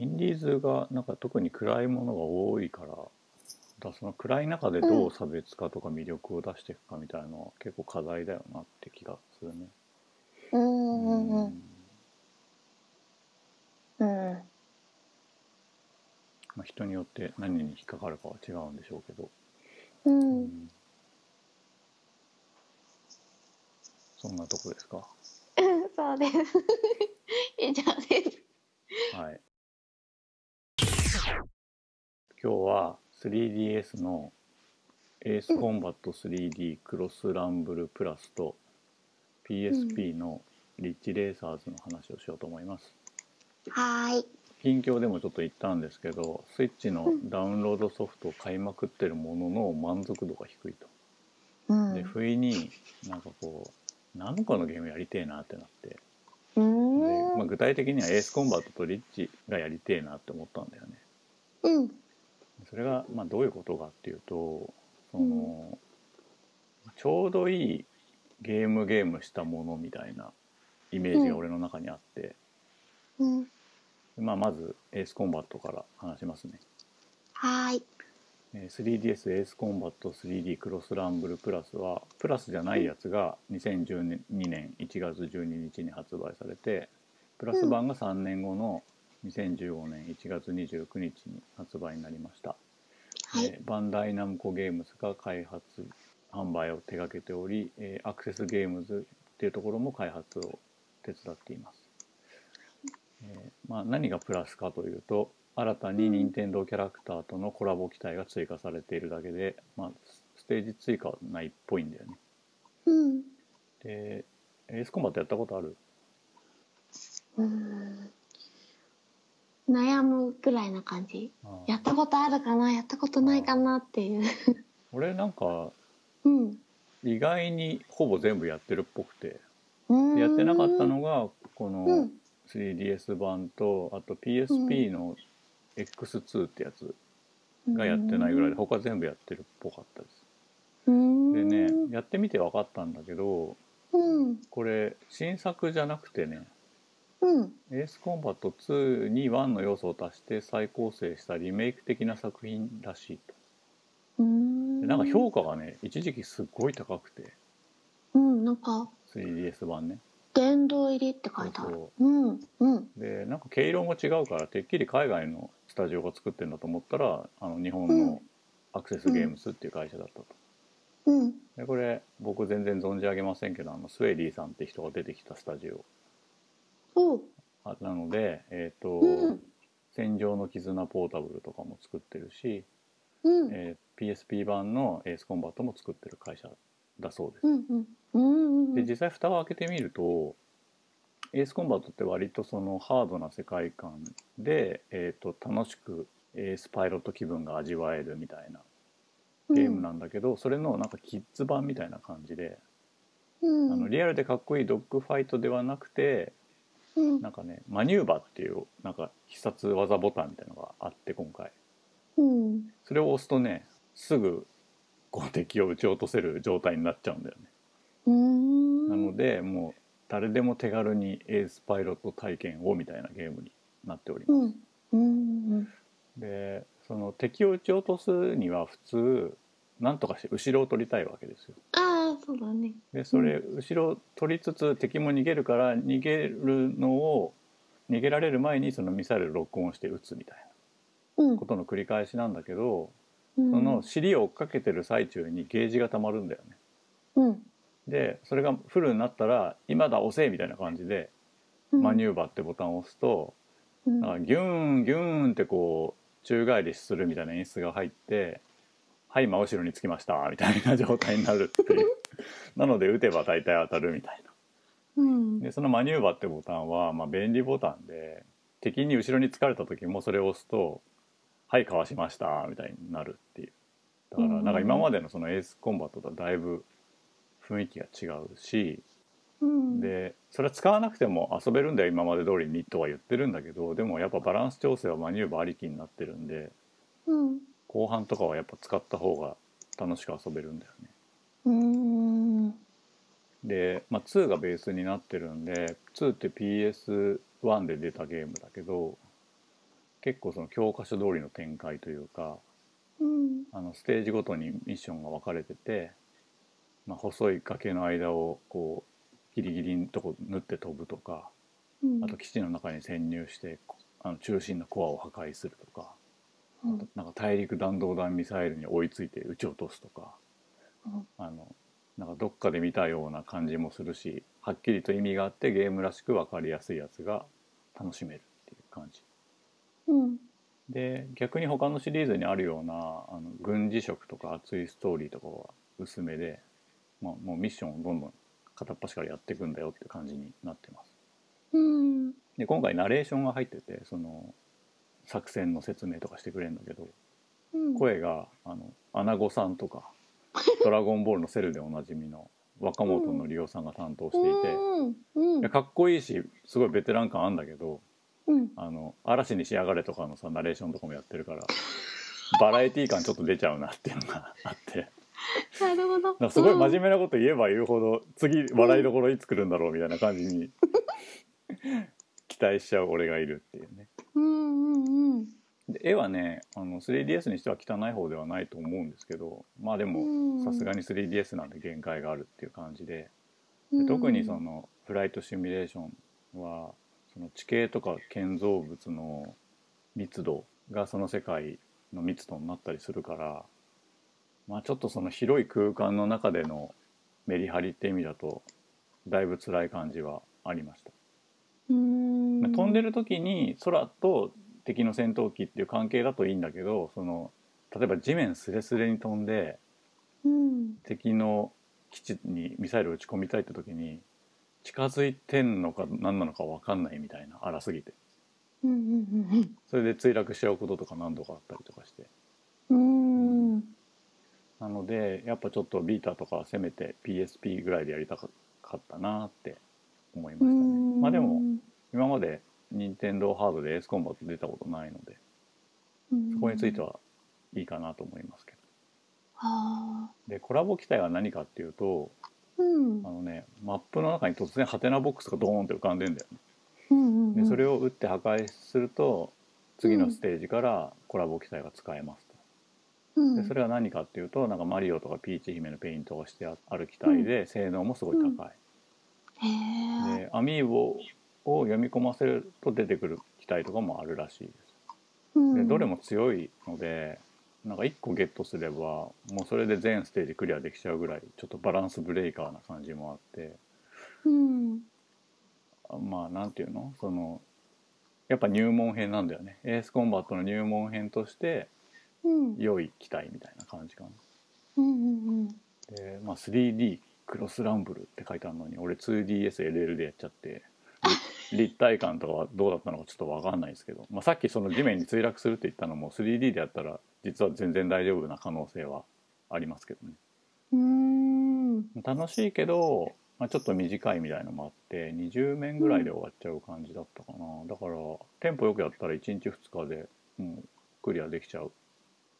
B: インディーズがなんか特に暗いものが多いからだからその暗い中でどう差別化とか魅力を出していくかみたいなのは結構課題だよなって気がするね。
A: うんうんうんうん
B: まあ、人によって何に引っかかるかは違うんでしょうけど、
A: う
B: うんんそんなとこですか。
A: そうです以上です
B: はい、今日は 3DS の「エースコンバット 3D クロスランブルプラス」と PSP の「リッチレーサーズ」の話をしようと思います。
A: はーい
B: 近況でもちょっと言ったんですけどスイッチのダウンロードソフトを買いまくってるものの満足度が低いと。
A: うん
B: で不意になんかこう何個のゲームやりてえなってなってで、
A: うん
B: まあ、具体的には「エースコンバット」と「リッチ」がやりてえなって思ったんだよね。
A: うん
B: それが、まあ、どういうことかっていうとその、ちょうどいいゲームゲームしたものみたいなイメージが俺の中にあって、
A: うん
B: まあ、まずエースコンバットから話しますね。
A: はーい
B: えー 3DS エースコンバット 3D クロスランブルプラスはプラスじゃないやつが2012年1月12日に発売されてプラス版が3年後の2015年1月29日に発売になりました。
A: はい
B: えーバンダイナムコゲームズが開発販売を手掛けており、えーアクセスゲームズっていうところも開発を手伝っています、えーまあ、何がプラスかというと新たに任天堂キャラクターとのコラボ機体が追加されているだけで、まあ、スステージ追加はないっぽいんだよね
A: うん
B: でエースコンバットやったことある
A: うーん悩むくらいな感じ
B: ああ
A: やったことあるかなやったことないかなっていう
B: 俺なんか
A: うん
B: 意外にほぼ全部やってるっぽくて
A: うーん
B: やってなかったのがこの、
A: うん
B: 3DS 版とあと PSP の X2 ってやつがやってないぐらいで他全部やってるっぽかったです。
A: うーん
B: でねやってみて分かったんだけど
A: うん
B: これ新作じゃなくてね
A: うん
B: 「エースコンバット2」に1の要素を足して再構成したリメイク的な作品らしいと。
A: うーん
B: でなんか評価がね一時期すっごい高くて
A: うんなんか
B: 3DS 版ね。
A: 殿堂入りって書いてある
B: そう
A: うんうん
B: でなんか毛色も違うからてっきり海外のスタジオが作ってるんだと思ったらあの日本
A: うん
B: のアクセスゲームスっていう会社だったと。
A: うん
B: でこれ僕全然存じ上げませんけどあのスウェリーさんって人が出てきたスタジオ
A: おう
B: あなので、えーと
A: うん
B: 戦場の絆ポータブル」とかも作ってるし、
A: うんうん
B: えー PSP 版の「エースコンバット」も作ってる会社だそうです。
A: うんうんう
B: で
A: ん
B: 実際蓋を開けてみると「エースコンバット」って割とそのハードな世界観で、えー、と楽しくエースパイロット気分が味わえるみたいなゲームなんだけど、それのなんかキッズ版みたいな感じで。
A: うん
B: あのリアルでかっこいいドッグファイトではなくて
A: うん
B: なんかねマニューバーっていうなんか必殺技ボタンみたいなのがあって今回
A: うん
B: それを押すとねすぐこう敵を撃ち落とせる状態になっちゃうんだよね、
A: うーん
B: なのでもう誰でも手軽にエースパイロット体験をみたいなゲームになっております、
A: うんうん
B: でその敵を撃ち落とすには普通なんとかして後ろを取りたいわけですよ
A: ああそうだね
B: でそれ後ろ取りつつ敵も逃げるから逃げるのを逃げられる前にそのミサイルロックオンして撃つみたい
A: うん
B: なことの繰り返しなんだけど
A: そ
B: その尻を追っかけてる最中にゲージが溜まるんだよね。
A: うん
B: でそれがフルになったら「今だ押せ!」みたいな感じでマニ
A: ュ
B: ューバーってボタンを押すとなん
A: ア
B: かギューンギューンってこう宙返りするみたいな演出が入って「はい真後ろにつきました」みたいな状態になるっていう なので撃てば大体当たるみたいな。
A: うん
B: でそのマニューバーってボタンは、まあ、便利ボタンで敵に後ろに疲れた時もそれを押すと「はいかわしました」みたいになるっていうだから
A: うん
B: なんか今までのそのエースコンバットとはだいぶ雰囲気が違うし
A: うん
B: でそれは使わなくても遊べるんだよ今まで通りにとは言ってるんだけどでもやっぱバランス調整はマニューバーありきになってるんで
A: うん
B: 後半とかはやっぱ使った方が楽しく遊べるんだよね。
A: うん
B: で、まあ、2がベースになってるんで2って PS1 で出たゲームだけど結構その教科書通りの展開というか
A: うん
B: あのステージごとにミッションが分かれてて、まあ、細い崖の間をこうギリギリのとこ縫って飛ぶとか
A: うん
B: あと基地の中に潜入してこあの中心のコアを破壊するとか
A: うん
B: なんか大陸弾道弾ミサイルに追いついて撃ち落とすとか
A: うん
B: あのなんかどっかで見たような感じもするしはっきりと意味があってゲームらしく分かりやすいやつが楽しめるっていう感じ
A: うん
B: で逆に他のシリーズにあるようなあの軍事色とか熱いストーリーとかは薄めで、まあ、もうミッションをどんどん片っ端からやっていくんだよっていう感じになってます
A: うん
B: で今回ナレーションが入っててその作戦の説明とかしてくれるんだけど
A: うん
B: 声があのアナゴさん とか「ドラゴンボール」のセルでおなじみの若本のりおさんが担当していて、
A: うんうん
B: いやかっこいいしすごいベテラン感あんだけど
A: うん
B: 「あの嵐に仕上がれ」とかのさナレーションとかもやってるからバラエティー感ちょっと出ちゃうなっていうのがあって
A: なるほど
B: なんかすごい真面目なこと言えば言うほど次笑いどころいつ来るんだろうみたいな感 じに期待しちゃう俺がいるっていうね。
A: うんうんうん
B: で絵はねあの 3DS にしては汚い方ではないと思うんですけどまあでも。さすがに 3DS なんで限界があるっていう感じでで特にそのフライトシミュレーションはその地形とか建造物の密度がその世界の密度になったりするから、まあ、ちょっとその広い空間の中でのメリハリって意味だとだいぶ辛い感じはありました。
A: うん
B: まあ飛んで
A: る
B: る時に空と敵の戦闘機っていう関係だといいんだけどその例えば地面すれすれに飛んで
A: うん
B: 敵の基地にミサイルを撃ち込みたいって時に近づいてんのか何なのか分かんないみたいな荒すぎて
A: うんうん
B: それで墜落しちゃうこととか何度かあったりとかして
A: うんうん
B: なのでやっぱちょっとビーターとかはせめて PSP ぐらいでやりたかったなって思いましたねまあでも今まで任天堂ハードでエースコンバット出たことないのでそこについて
A: は
B: はいいかなと思いますけど
A: あ
B: でコラボ機体は何かっていうと
A: ーうん
B: あのねマップの中に突然ハテナボックスがドーンって浮かんでんだよね
A: うんうんう
B: で
A: ん
B: それを打って破壊すると次のステージからコラボ機体が使えますとでそれは何かっていうとなんかマリオとかピーチ姫のペイントをしてある機体で性能もすごい高
A: うんへ
B: い
A: え
B: でアミーボを読み込ませると出てくる機体とかもあるらしいですでどれも強いのでなんか1個ゲットすればもうそれで全ステージクリアできちゃうぐらいちょっとバランスブレーカーな感じもあって
A: うん
B: まあなんていうのそのやっぱ入門編なんだよねエースコンバットの入門編として
A: うん
B: 良い機体みたいな感じかな
A: うんうん
B: で、まあ、3D クロスランブルって書いてあるのに俺 2DSLL でやっちゃってり立体感とかはどうだったのかちょっと分かんないですけど、まあ、さっきその地面に墜落するって言ったのも 3D でやったら実は全然大丈夫な可能性はありますけどね
A: うんうん
B: 楽しいけど、まあまあ、ちょっと短いみたいのもあって20面ぐらいで終わっちゃう感じだったかな、だからテンポよくやったら1日2日で、うん、クリアできちゃう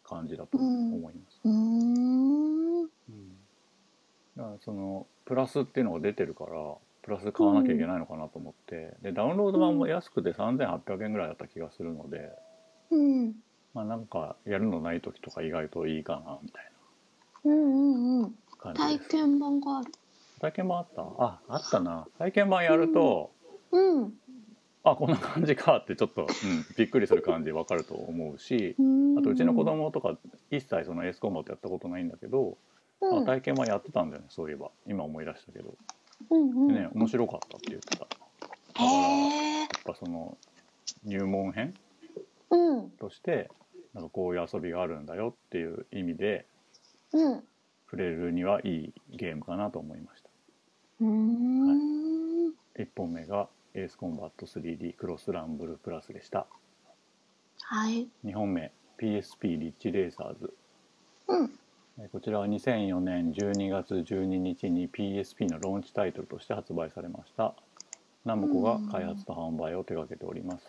B: 感じだと思います、
A: うーん。
B: だからそのプラスっていうのが出てるからプラス買わなきゃいけないのかなと思って、でダウンロード版も安くて3800円ぐらいだった気がするので、
A: うん。
B: まあなんかやるのない時とか意外といいかなみたい
A: うんうんうん。
B: な感じ
A: 体
B: です
A: 験版がある。
B: 体験版あったああったな体験版やると、
A: うん。う
B: あこんな感じかってちょっと、うん、びっくりする感じわかると思うし
A: ーん
B: あとうちの子供とか一切そのエースコンバットやったことないんだけど、
A: う
B: あ
A: ん
B: 体験版やってたんだよねそういえば今思い出したけど、
A: うんうん
B: でね面白かったって言ってたや
A: へえ。
B: っぱその入門編
A: うん
B: としてなんかこういう遊びがあるんだよっていう意味で
A: うん。
B: 触れるにはいいゲームかなと思いました。
A: うーん。
B: 1本目が「エースコンバット 3D クロスランブルプラス」でした
A: はい。
B: 2本目 PSP リッチレーサーズ
A: うん。
B: えーこちらは2004年12月12日に PSP のローンチタイトルとして発売されましたナムコが開発と販売を手掛けております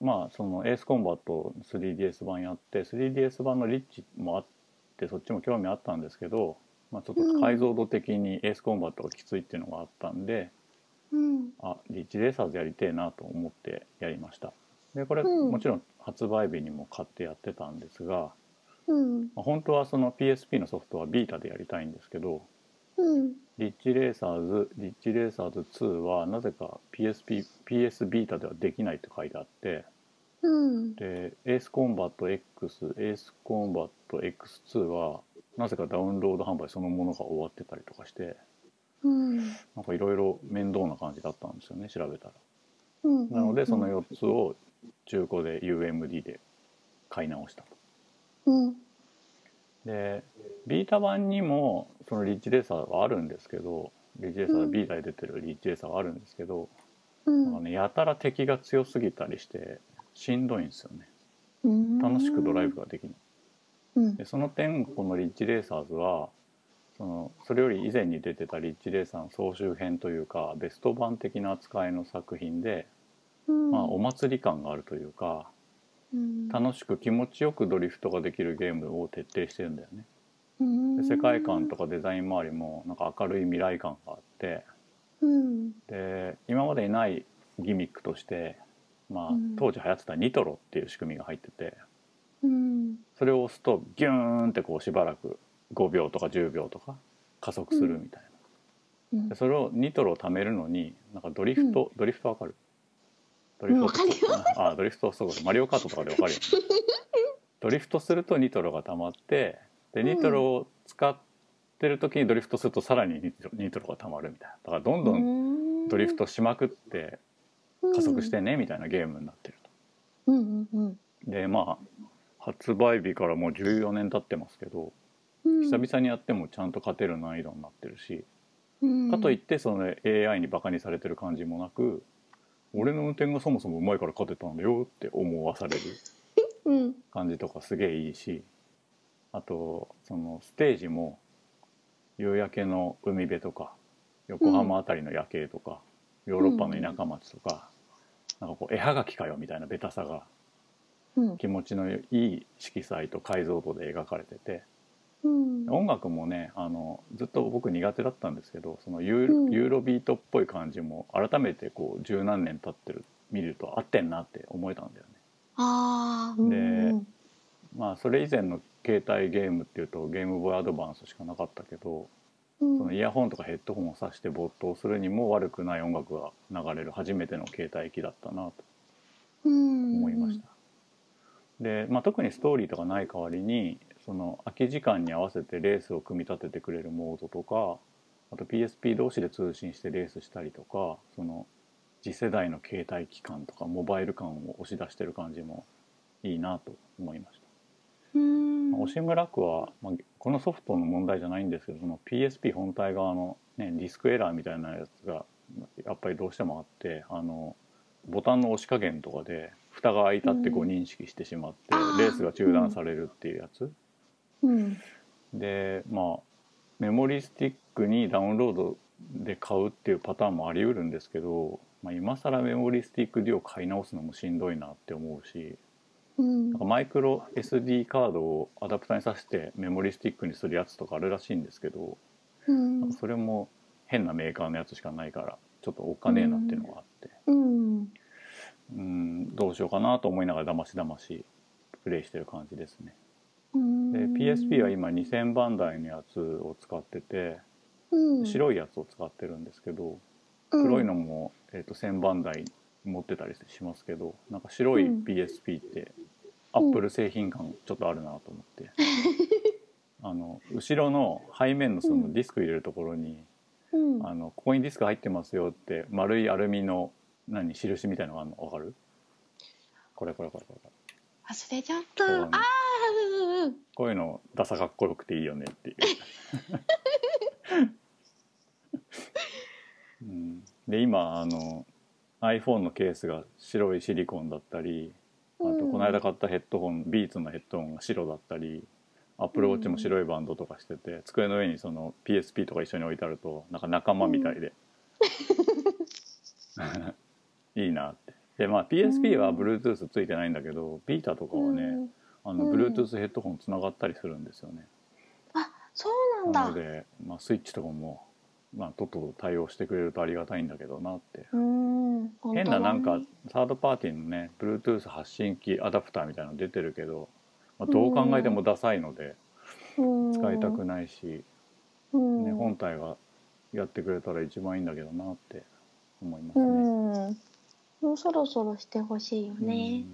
B: まあそのエースコンバット 3DS 版やって 3DS 版のリッチもあってそっちも興味あったんですけど、まあ、ちょっと解像度的にエースコンバットがきついっていうのがあったんで、
A: うん。
B: あリッチレーサーズやりてえなと思ってやりましたでこれ、
A: うん
B: もちろん発売日にも買ってやってたんですが、
A: うん。
B: まあ本当はその PSP のソフトはビータでやりたいんですけど
A: うん。
B: リッチレーサーズリッチレーサーズ2はなぜか PSP PS ビータではできないと書いてあって
A: うん。
B: でエースコンバット X エースコンバット X2 はなぜかダウンロード販売そのものが終わってたりとかして
A: うん。
B: なんかいろいろ面倒な感じだったんですよね調べたら。
A: うん。
B: なのでその
A: よ。
B: 4つを中古で UMD で買い直したと。
A: うん。
B: でビータ版にもそのリッチレーサーはあるんですけどリッチレーサーはビータで出てるリッチレーサーはあるんですけど、
A: う
B: なんか
A: ん。
B: ね、やたら敵が強すぎたりしてしんどいんですよね
A: うん
B: 楽しくドライブ。ができない。
A: うん
B: で。その点このリッチレーサーズはそのそれより以前に出てたリッチレーサーの総集編というかベスト版的な扱いの作品で、
A: うん
B: まあ、お祭り感があるというか
A: うん
B: 楽しく気持ちよくドリフトができるゲームを徹底してるんだよね。
A: うん
B: で世界観とかデザイン周りもなんか明るい未来感があって
A: うん。
B: で今までにないギミックとして、まあ
A: うん、
B: 当時流行ってたニトロっていう仕組みが入ってて
A: うん。
B: それを押すとギューンってこうしばらく5秒とか10秒とか加速するみたいな、
A: うん
B: でそれをニトロを貯めるのになんかドリフト、ドリフトわかるド
A: うんわかるよ
B: あドリフトそうマリオカートとかでわかるよねドリフトするとニトロが溜まって
A: う
B: で
A: ん
B: ニトロを使ってる時にドリフトするとさらにニトロニトロが溜まるみたいなだからどんどん
A: ん
B: ドリフトしまくって加速してねみたいなゲームになってる
A: うんうん
B: とでまあ発売日からもう14年経ってますけど
A: うん
B: 久々にやってもちゃんと勝てる難易度になってるし
A: 々
B: かといってその AI にバカにされてる感じもなく俺の運転がそもそもうまいから勝てたんだよって思わされる
A: うん
B: 感じとかすげえいいしあとそのステージも夕焼けの海辺とか横浜あたりの夜景とか、ヨーロッパの田舎町とか、なんかこう絵はがきかよみたいなベタさが
A: うん
B: 気持ちのいい色彩と解像度で描かれてて
A: うん
B: 音楽もねあのずっと僕苦手だったんですけどそのユー,、
A: うん
B: ユーロビートっぽい感じも改めてこう十何年経ってる見ると合ってんなって思えたんだよね。
A: ああ
B: でまあそれ以前の携帯ゲームっていうとゲームボーイアドバンスしかなかったけどそのイヤホンとかヘッドホンを挿して没頭するにも悪くない音楽が流れる初めての携帯機だったなと思
A: 思
B: いました。で、まあ、特にストーリーとかない代わりにその空き時間に合わせてレースを組み立ててくれるモードとかあと PSP 同士で通信してレースしたりとかその次世代の携帯機感とかモバイル感を押し出してる感じもいいなと思いました。
A: うん
B: オシムラクは、まあ、このソフトの問題じゃないんですけどその PSP 本体側の、ね、ディスクエラーみたいなやつがやっぱりどうしてもあってあのボタンの押し加減とかで蓋が開いたってこう
A: うん
B: 認識してしまって、
A: あー
B: レースが中断されるっていうやつ、
A: うん
B: でまあメモリスティックにダウンロードで買うっていうパターンもあり得るんですけど、まあ、今更メモリスティック D を買い直すのもしんどいなって思うし
A: うん
B: なんかマイクロ SD カードをアダプターに挿してメモリスティックにするやつとかあるらしいんですけど
A: うん
B: それも変なメーカーのやつしかないからちょっとおっかねえなっていうのがあって
A: うん
B: うんどうしようかなと思いながらだましだましプレイしてる感じですね。
A: うん
B: で PSP は今2000番台のやつを使ってて白いやつを使ってるんですけど黒いのも、えー、と1000番台持ってたりしますけどなんか白い
A: うん
B: PSP ってア
A: うん
B: ップル製品感ちょっとあるなと思 って、あの後ろの背面のそうの
A: ん
B: ディスク入れるところに、
A: うんうん
B: あのここにディスク入ってますよって丸いアルミの何印みたいのがあるの分かるこれこれこれこれ
A: 忘れちゃった
B: これ
A: ああうんうん
B: こういうのダサかっこよくていいよねっていう。うん、で今あの iPhone のケースが白いシリコンだったりあと
A: うん
B: この間買ったヘッドホン、ビーツのヘッドホンが白だったりアップルウォッチも白いバンドとかしてて、机の上にその PSP とか一緒に置いてあるとなんか仲間みたいで、 いいなってでまあ PSP は
A: うん
B: Bluetooth ついてないんだけどビータとかはね、
A: うん
B: あの
A: うん
B: Bluetooth ヘッドホンつながったりするんですよね、
A: あそう
B: な
A: な
B: の
A: んだ
B: で、まあ、スイッチとかも、まあ、とっとと対応してくれるとありがたいんだけどなって
A: うん本当だね
B: 変ななんかサードパーティーのね Bluetooth 発信機アダプターみたいなの出てるけど、まあ、どう考えてもダサいので
A: うん
B: 使いたくないし、
A: うん
B: ね、本体がやってくれたら一番いいんだけどなって思います
A: う
B: ね。
A: んもうそろそろしてほしいよね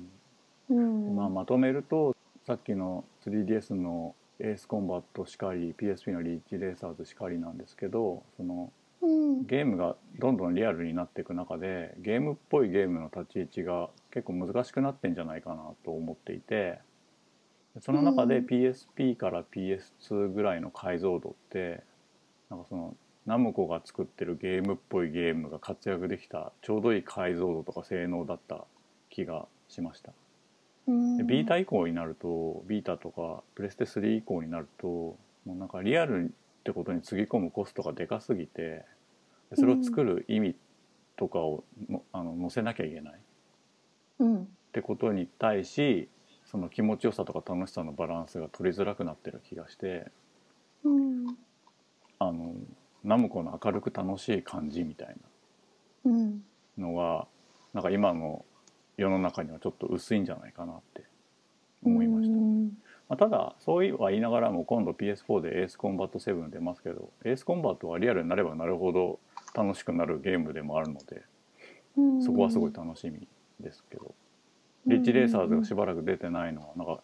B: うん
A: うん
B: まあ、まとめるとさっきの 3DS のエースコンバットしかり PSP のリーチレーサーズしかりなんですけどその
A: うん
B: ゲームがどんどんリアルになっていく中でゲームっぽいゲームの立ち位置が結構難しくなってんじゃないかなと思っていてその中
A: う
B: で
A: ん
B: PSP から PS2 ぐらいの解像度ってなんかそのナムコが作ってるゲームっぽいゲームが活躍できたちょうどいい解像度とか性能だった気がしました。
A: うん
B: でビータ以降になるとビータとかプレステ3以降になるともうなんかリアルってことにつぎ込むコストがでかすぎてでそれを作る意味とかをのあの載せなきゃいけないっ
A: うん
B: てことに対しその気持ちよさとか楽しさのバランスが取りづらくなってる気がして
A: うん
B: あのナムコの明るく楽しい感じみたい
A: うん
B: なのがなんか今の世の中にはちょっと薄いんじゃないかなって思いました
A: う。ん
B: まあ、ただそうは言いながらも今度 PS4 でエースコンバット7出ますけどエースコンバットはリアルになればなるほど楽しくなるゲームでもあるので
A: うん
B: そこはすごい楽しみですけど、リッチレーサーズがしばらく出てないのはなんか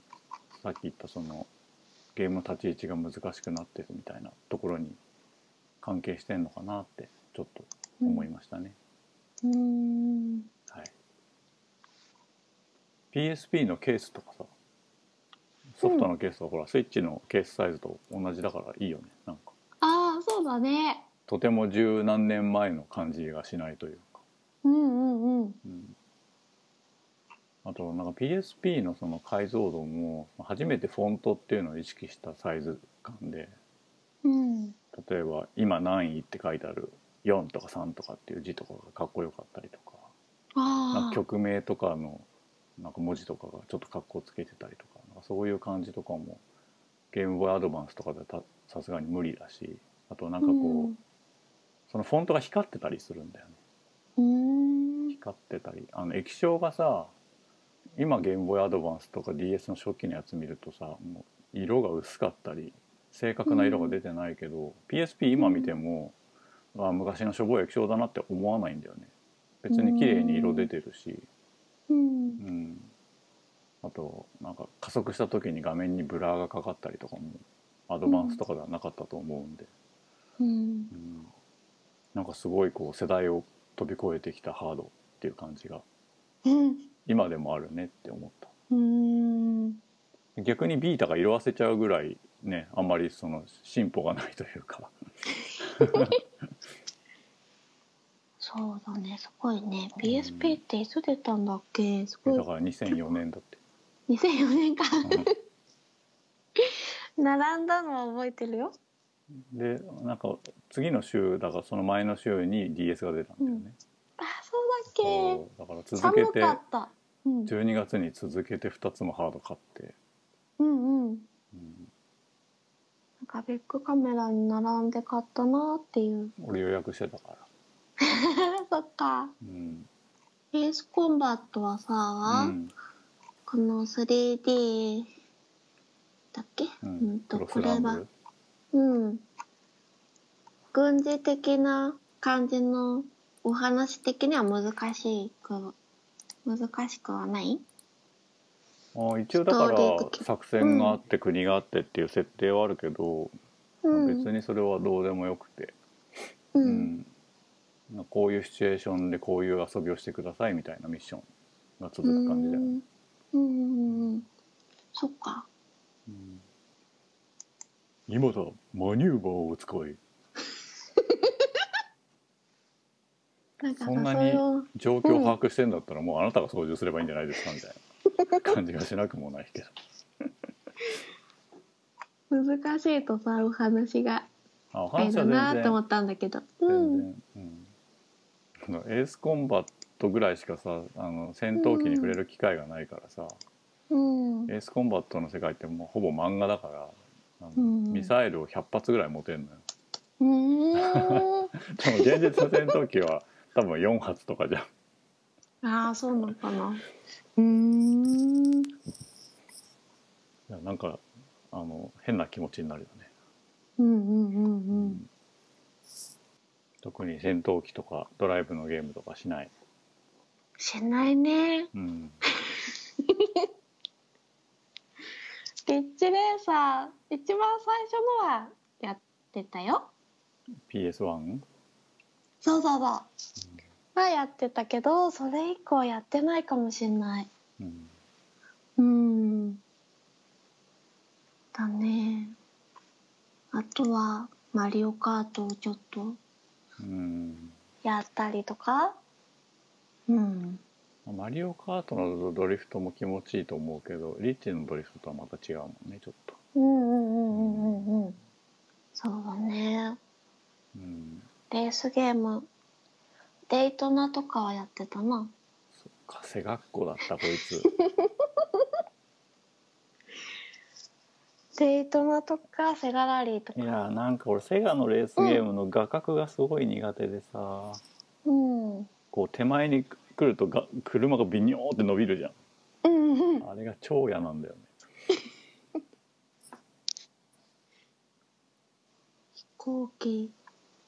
B: さっき言ったそのゲームの立ち位置が難しくなってるみたいなところに関係してんのかなってちょっと思いましたね。
A: うん
B: はい、PSP のケースとかさソフトのケースはほら、スイッチのケースサイズと同じだからいいよねなんか
A: ああそうだね
B: とても十何年前の感じがしないというか、
A: うんうんうん
B: うん、あとなんか PSP のその解像度も初めてフォントっていうのを意識したサイズ感で
A: うん
B: 例えば「今何位?」って書いてある4とか3とかっていう字とかがかっこよかったりとかなん
A: あ
B: か
A: あ
B: 曲名とかのなんか文字とかがちょっと格好つけてたりとかなんかそういう感じとかもゲームボーイアドバンスとかでたさすがに無理だしあとなんかこう、そのフォントが光ってたりするんだよね
A: うんうん
B: 光ってたりあの液晶がさ今ゲームボーイアドバンスとか DS の初期のやつ見るとさもう色が薄かったり正確な色が出てないけど、PSP 今見ても、あ昔のしょぼい液晶だなって思わないんだよね別に綺麗に色出てるし、
A: うん
B: うん、あとなんか加速した時に画面にブラーがかかったりとかもアドバンスとかではなかったと思うんで、
A: うん
B: うんなんかすごいこう世代を飛び越えてきたハードっていう感じが
A: うん
B: 今でもあるねって思っ
A: うん
B: た逆にビータが色あせちゃうぐらいねあんまりその進歩がないというか、
A: そうだねすごいね PSP っていつ出たんだっけすごい
B: だから2004年だって
A: 2004年か
B: うん
A: 並んだのは覚えてるよ
B: でなんか次の週だからその前の週に DS が出たんだよね、
A: あそう
B: そうだから
A: だっ
B: 続
A: け
B: け
A: 寒
B: て
A: かった、うん、
B: 12月に続けて2つもハード買って、
A: うんうん
B: うん
A: なんかビッグカメラに並んで買ったなっていう。
B: 俺予約してたから、
A: そっか。
B: うん
A: エースコンバットはさ、
B: うん
A: この 3D だっけ、
B: う
A: うんん、と
B: クロ
A: こ
B: ス
A: れ
B: ランブ
A: は
B: ル、
A: うん、軍事的な感じのお話的には難しく難しくはない
B: ああ一応だか
A: ストーリー
B: ら
A: 的
B: 作戦があって国があってっていう設定はあるけど、
A: うん、
B: 別にそれはどうでもよくて、
A: う、
B: うんんこういうシチュエーションでこういう遊びをしてくださいみたいなミッションが続く感じだよね。
A: うんうんうんうんそっか
B: うん今だマニューバーを使い
A: なんかさ
B: そんなに
A: そういう
B: 状況を把握してんだったらもうあなたが操縦すればいいんじゃないですかみたいな感じがしなくもないけど
A: 難しいとさお話が
B: あお
A: あれ
B: 話
A: だ
B: は
A: なって思
B: 全
A: ったんだけど
B: 然
A: うん
B: 全然、うんあのエースコンバットぐらいしかさあの戦闘機に触れる機会がないからさ、
A: うん
B: エースコンバットの世界ってもうほぼ漫画だからあの、
A: うん
B: ミサイルを100発ぐらい持てるのよ
A: うーん
B: でも現実の戦闘機は 多分4発とかじゃん
A: ああそうなのかなうーん
B: いやなんかあの変な気持ちになるよね、
A: うんうんうんうん
B: 特に戦闘機とかドライブのゲームとかしない、
A: しないね
B: うん、
A: ピッチレーサー一番最初のはやってたよ
B: PS1
A: そうそうそうはやってたけどそれ以降やってないかもしれない
B: うん
A: うんだねあとは「マリオカート」をちょっと
B: うん
A: やったりとかうん
B: マリオカートのドリフトも気持ちいいと思うけどリッチのドリフトとはまた違うもんねちょっと、
A: うんうんうんうんうんうんそうだね
B: うん、
A: レースゲームデイトナとかはやってたな
B: そっか背学校だったこいつ
A: デイトナとかセガラリーと
B: い
A: か
B: やなんか俺セガのレースゲームの画角がすごい苦手でさ
A: うんうん
B: こう手前に来るとが車がビニョーって伸びるじゃん
A: うん
B: あれが超嫌なんだよね
A: 飛行機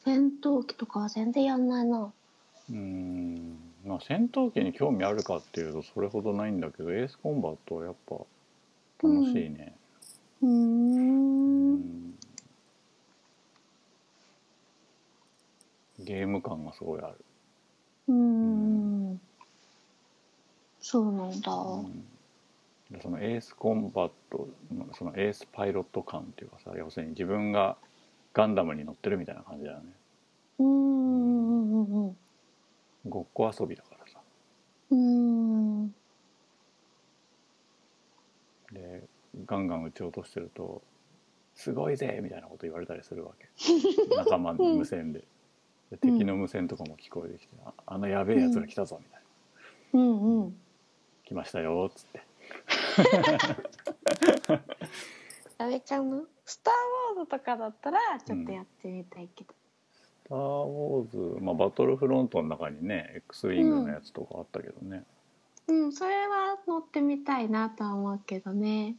A: 戦闘機とかは全然やんないな
B: うーんまあ戦闘機に興味あるかっていうとそれほどないんだけどエースコンバットはやっぱ楽しいね、
A: うー
B: うんんゲーム感がすごいある、
A: うんそうなんだ
B: うんでそのエースコンバットのそのエースパイロット感っていうかさ要するに自分がガンダムに乗ってるみたいな感じだよね
A: うんうんうん
B: ごっこ遊びだからさ
A: うんうん
B: でガンガン撃ち落としてると「すごいぜ!」みたいなこと言われたりするわけ仲間に無線でで
A: うん
B: 敵の無線とかも聞こえてきて「ああのやべえやつが来たぞ」みたいな
A: うんうん
B: 「来ましたよ」っつって
A: やめちゃうのスター・ウォーズとかだったらちょっとやってみたいけど
B: 「スター・ウォーズ」まあ「バトルフロント」の中にね X ウィングのやつとかあったけどね、
A: うん、それは乗ってみたいなとは思うけどね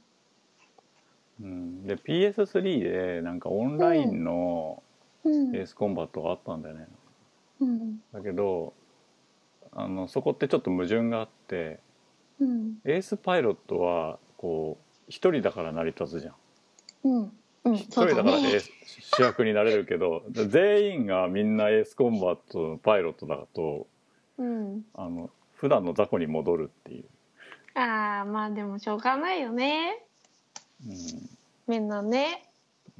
B: うん、で PS3 でなんかオンラインの
A: うん
B: エースコンバットがあったんだよね
A: うん
B: だけどあのそこってちょっと矛盾があって
A: うん
B: エースパイロットはこう一人だから成り立つじゃん
A: うんうん
B: 一人だからエー
A: ね
B: ス主役になれるけど全員がみんなエースコンバットのパイロットだと
A: うん
B: あの普段の雑魚に戻るっていう、
A: ああまあでもしょうがないよねみんなね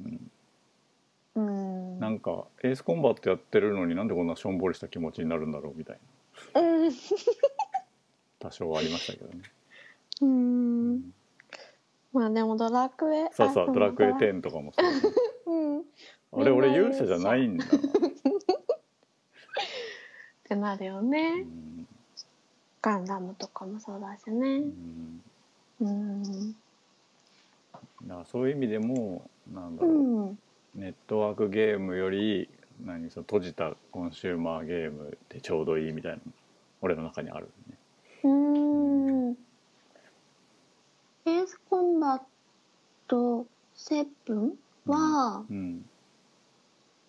B: うんうん
A: うん
B: なんかエースコンバットやってるのになんでこんなしょんぼりした気持ちになるんだろうみたい
A: うんう
B: な多少はありましたけどね、
A: んまあでもドラクエ
B: さあさ
A: あ
B: あ「ドラクエ
A: そうだ
B: 10」とかもそう
A: うん
B: あれ
A: みんな
B: 俺勇者じゃないんだな、
A: てなるよ
B: う
A: ね。
B: ん
A: ガンダムとかもそうだし
B: う
A: ね。
B: ん、
A: うん。
B: だからそういう意味でもなんだ
A: う
B: ろう、
A: ん。
B: ネットワークゲームより何その閉じたコンシューマーゲームってちょうどいいみたいなの俺の中にあるね
A: うん。エースコンバットセブンは、
B: うん、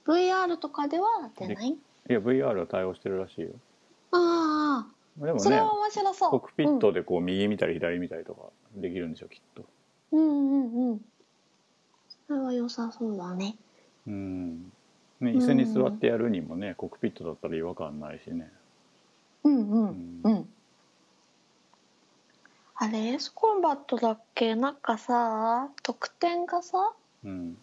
A: VR とかでは出ない
B: いや VR は対応してるらしいよ
A: あ
B: で
A: あ、
B: も
A: それ
B: ね
A: は面白そう。
B: コックピットでこう右見たり左見たりとかできるんでしょきっと
A: うん。うんうんうん。それは良さそうだね。
B: うんね椅子に座ってやるにもねコックピットだったら違和感ないしね
A: うんうんうん。あれ、エースコンバットだっけなんかさ、得点がさ、
B: うん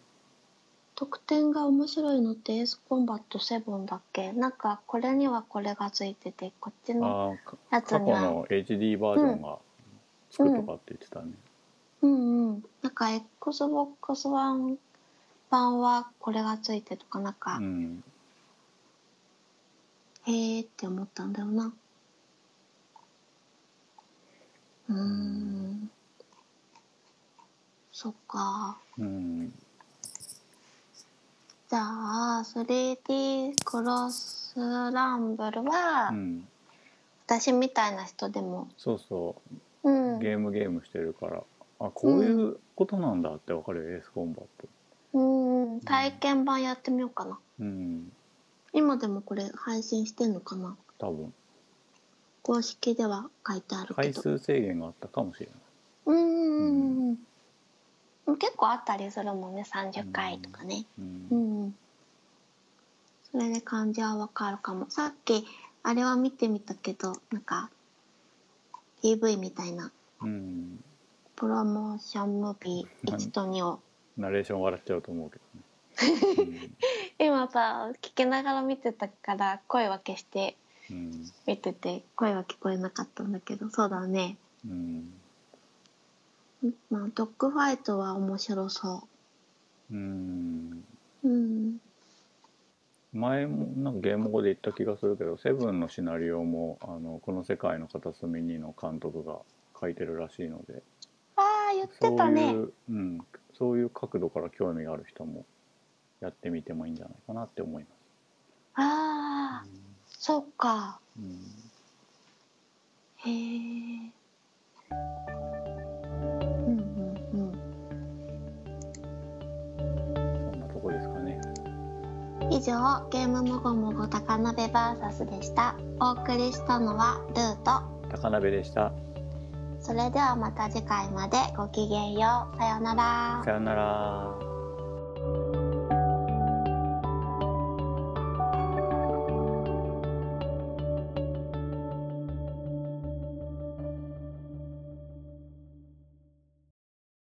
A: 得点が面白いのってエースコンバット7だっけなんかこれにはこれがついててこっちの
B: あーか
A: やつ
B: 過去
A: には
B: の HD バージョンがつくとかって言ってたね
A: うんうんなんか XBOX1 版はこれがついてとかなんか、
B: うん
A: へーって思ったんだよなうーんそっか
B: うん
A: じゃあ 3D クロスランブルは、
B: うん
A: 私みたいな人でも
B: そうそう
A: うん
B: ゲームゲームしてるからあこういうことなんだってわかるよエースコンバット
A: うんうん体験版やってみようかな
B: うん
A: 今でもこれ配信してんのかな
B: 多分
A: 公式では書いてあるけ
B: 回
A: ど
B: 数制限があったかもしれ
A: うんうんうんうん結構あったりするもんね30回とかね
B: ない、
A: う
B: うん、
A: ん、うん、それで感じはわかるかもさっきあれは見てみたけどなんか PV みたいな
B: うん、
A: プロモーションムービー1と2を
B: ナレーション笑っちゃうと思うけど ね、
A: 今さ聞きながら見てたから声は消して
B: うんうん
A: 見てて声は聞こえなかったんだけどそうだね
B: うん
A: まあドッグファイトは面白そ
B: うん
A: ううん
B: 前もなんかゲーム語で言った気がするけど「セブンのシナリオもあのこの世界の片隅に」の監督が書いてるらしいので
A: ああ言って
B: そ
A: た
B: う
A: ね
B: いう、うん、そういう角度から興味がある人もやってみてもいいんじゃないかなって思います。
A: ああそうか
B: うん
A: へえうんうん
B: そんなとこですかね。
A: うん以上ゲームもごもご高鍋バーサスでしたお送りしたのはルート
B: 高鍋でした。
A: それではまた次回までごきげんようさようなら
B: さようなら。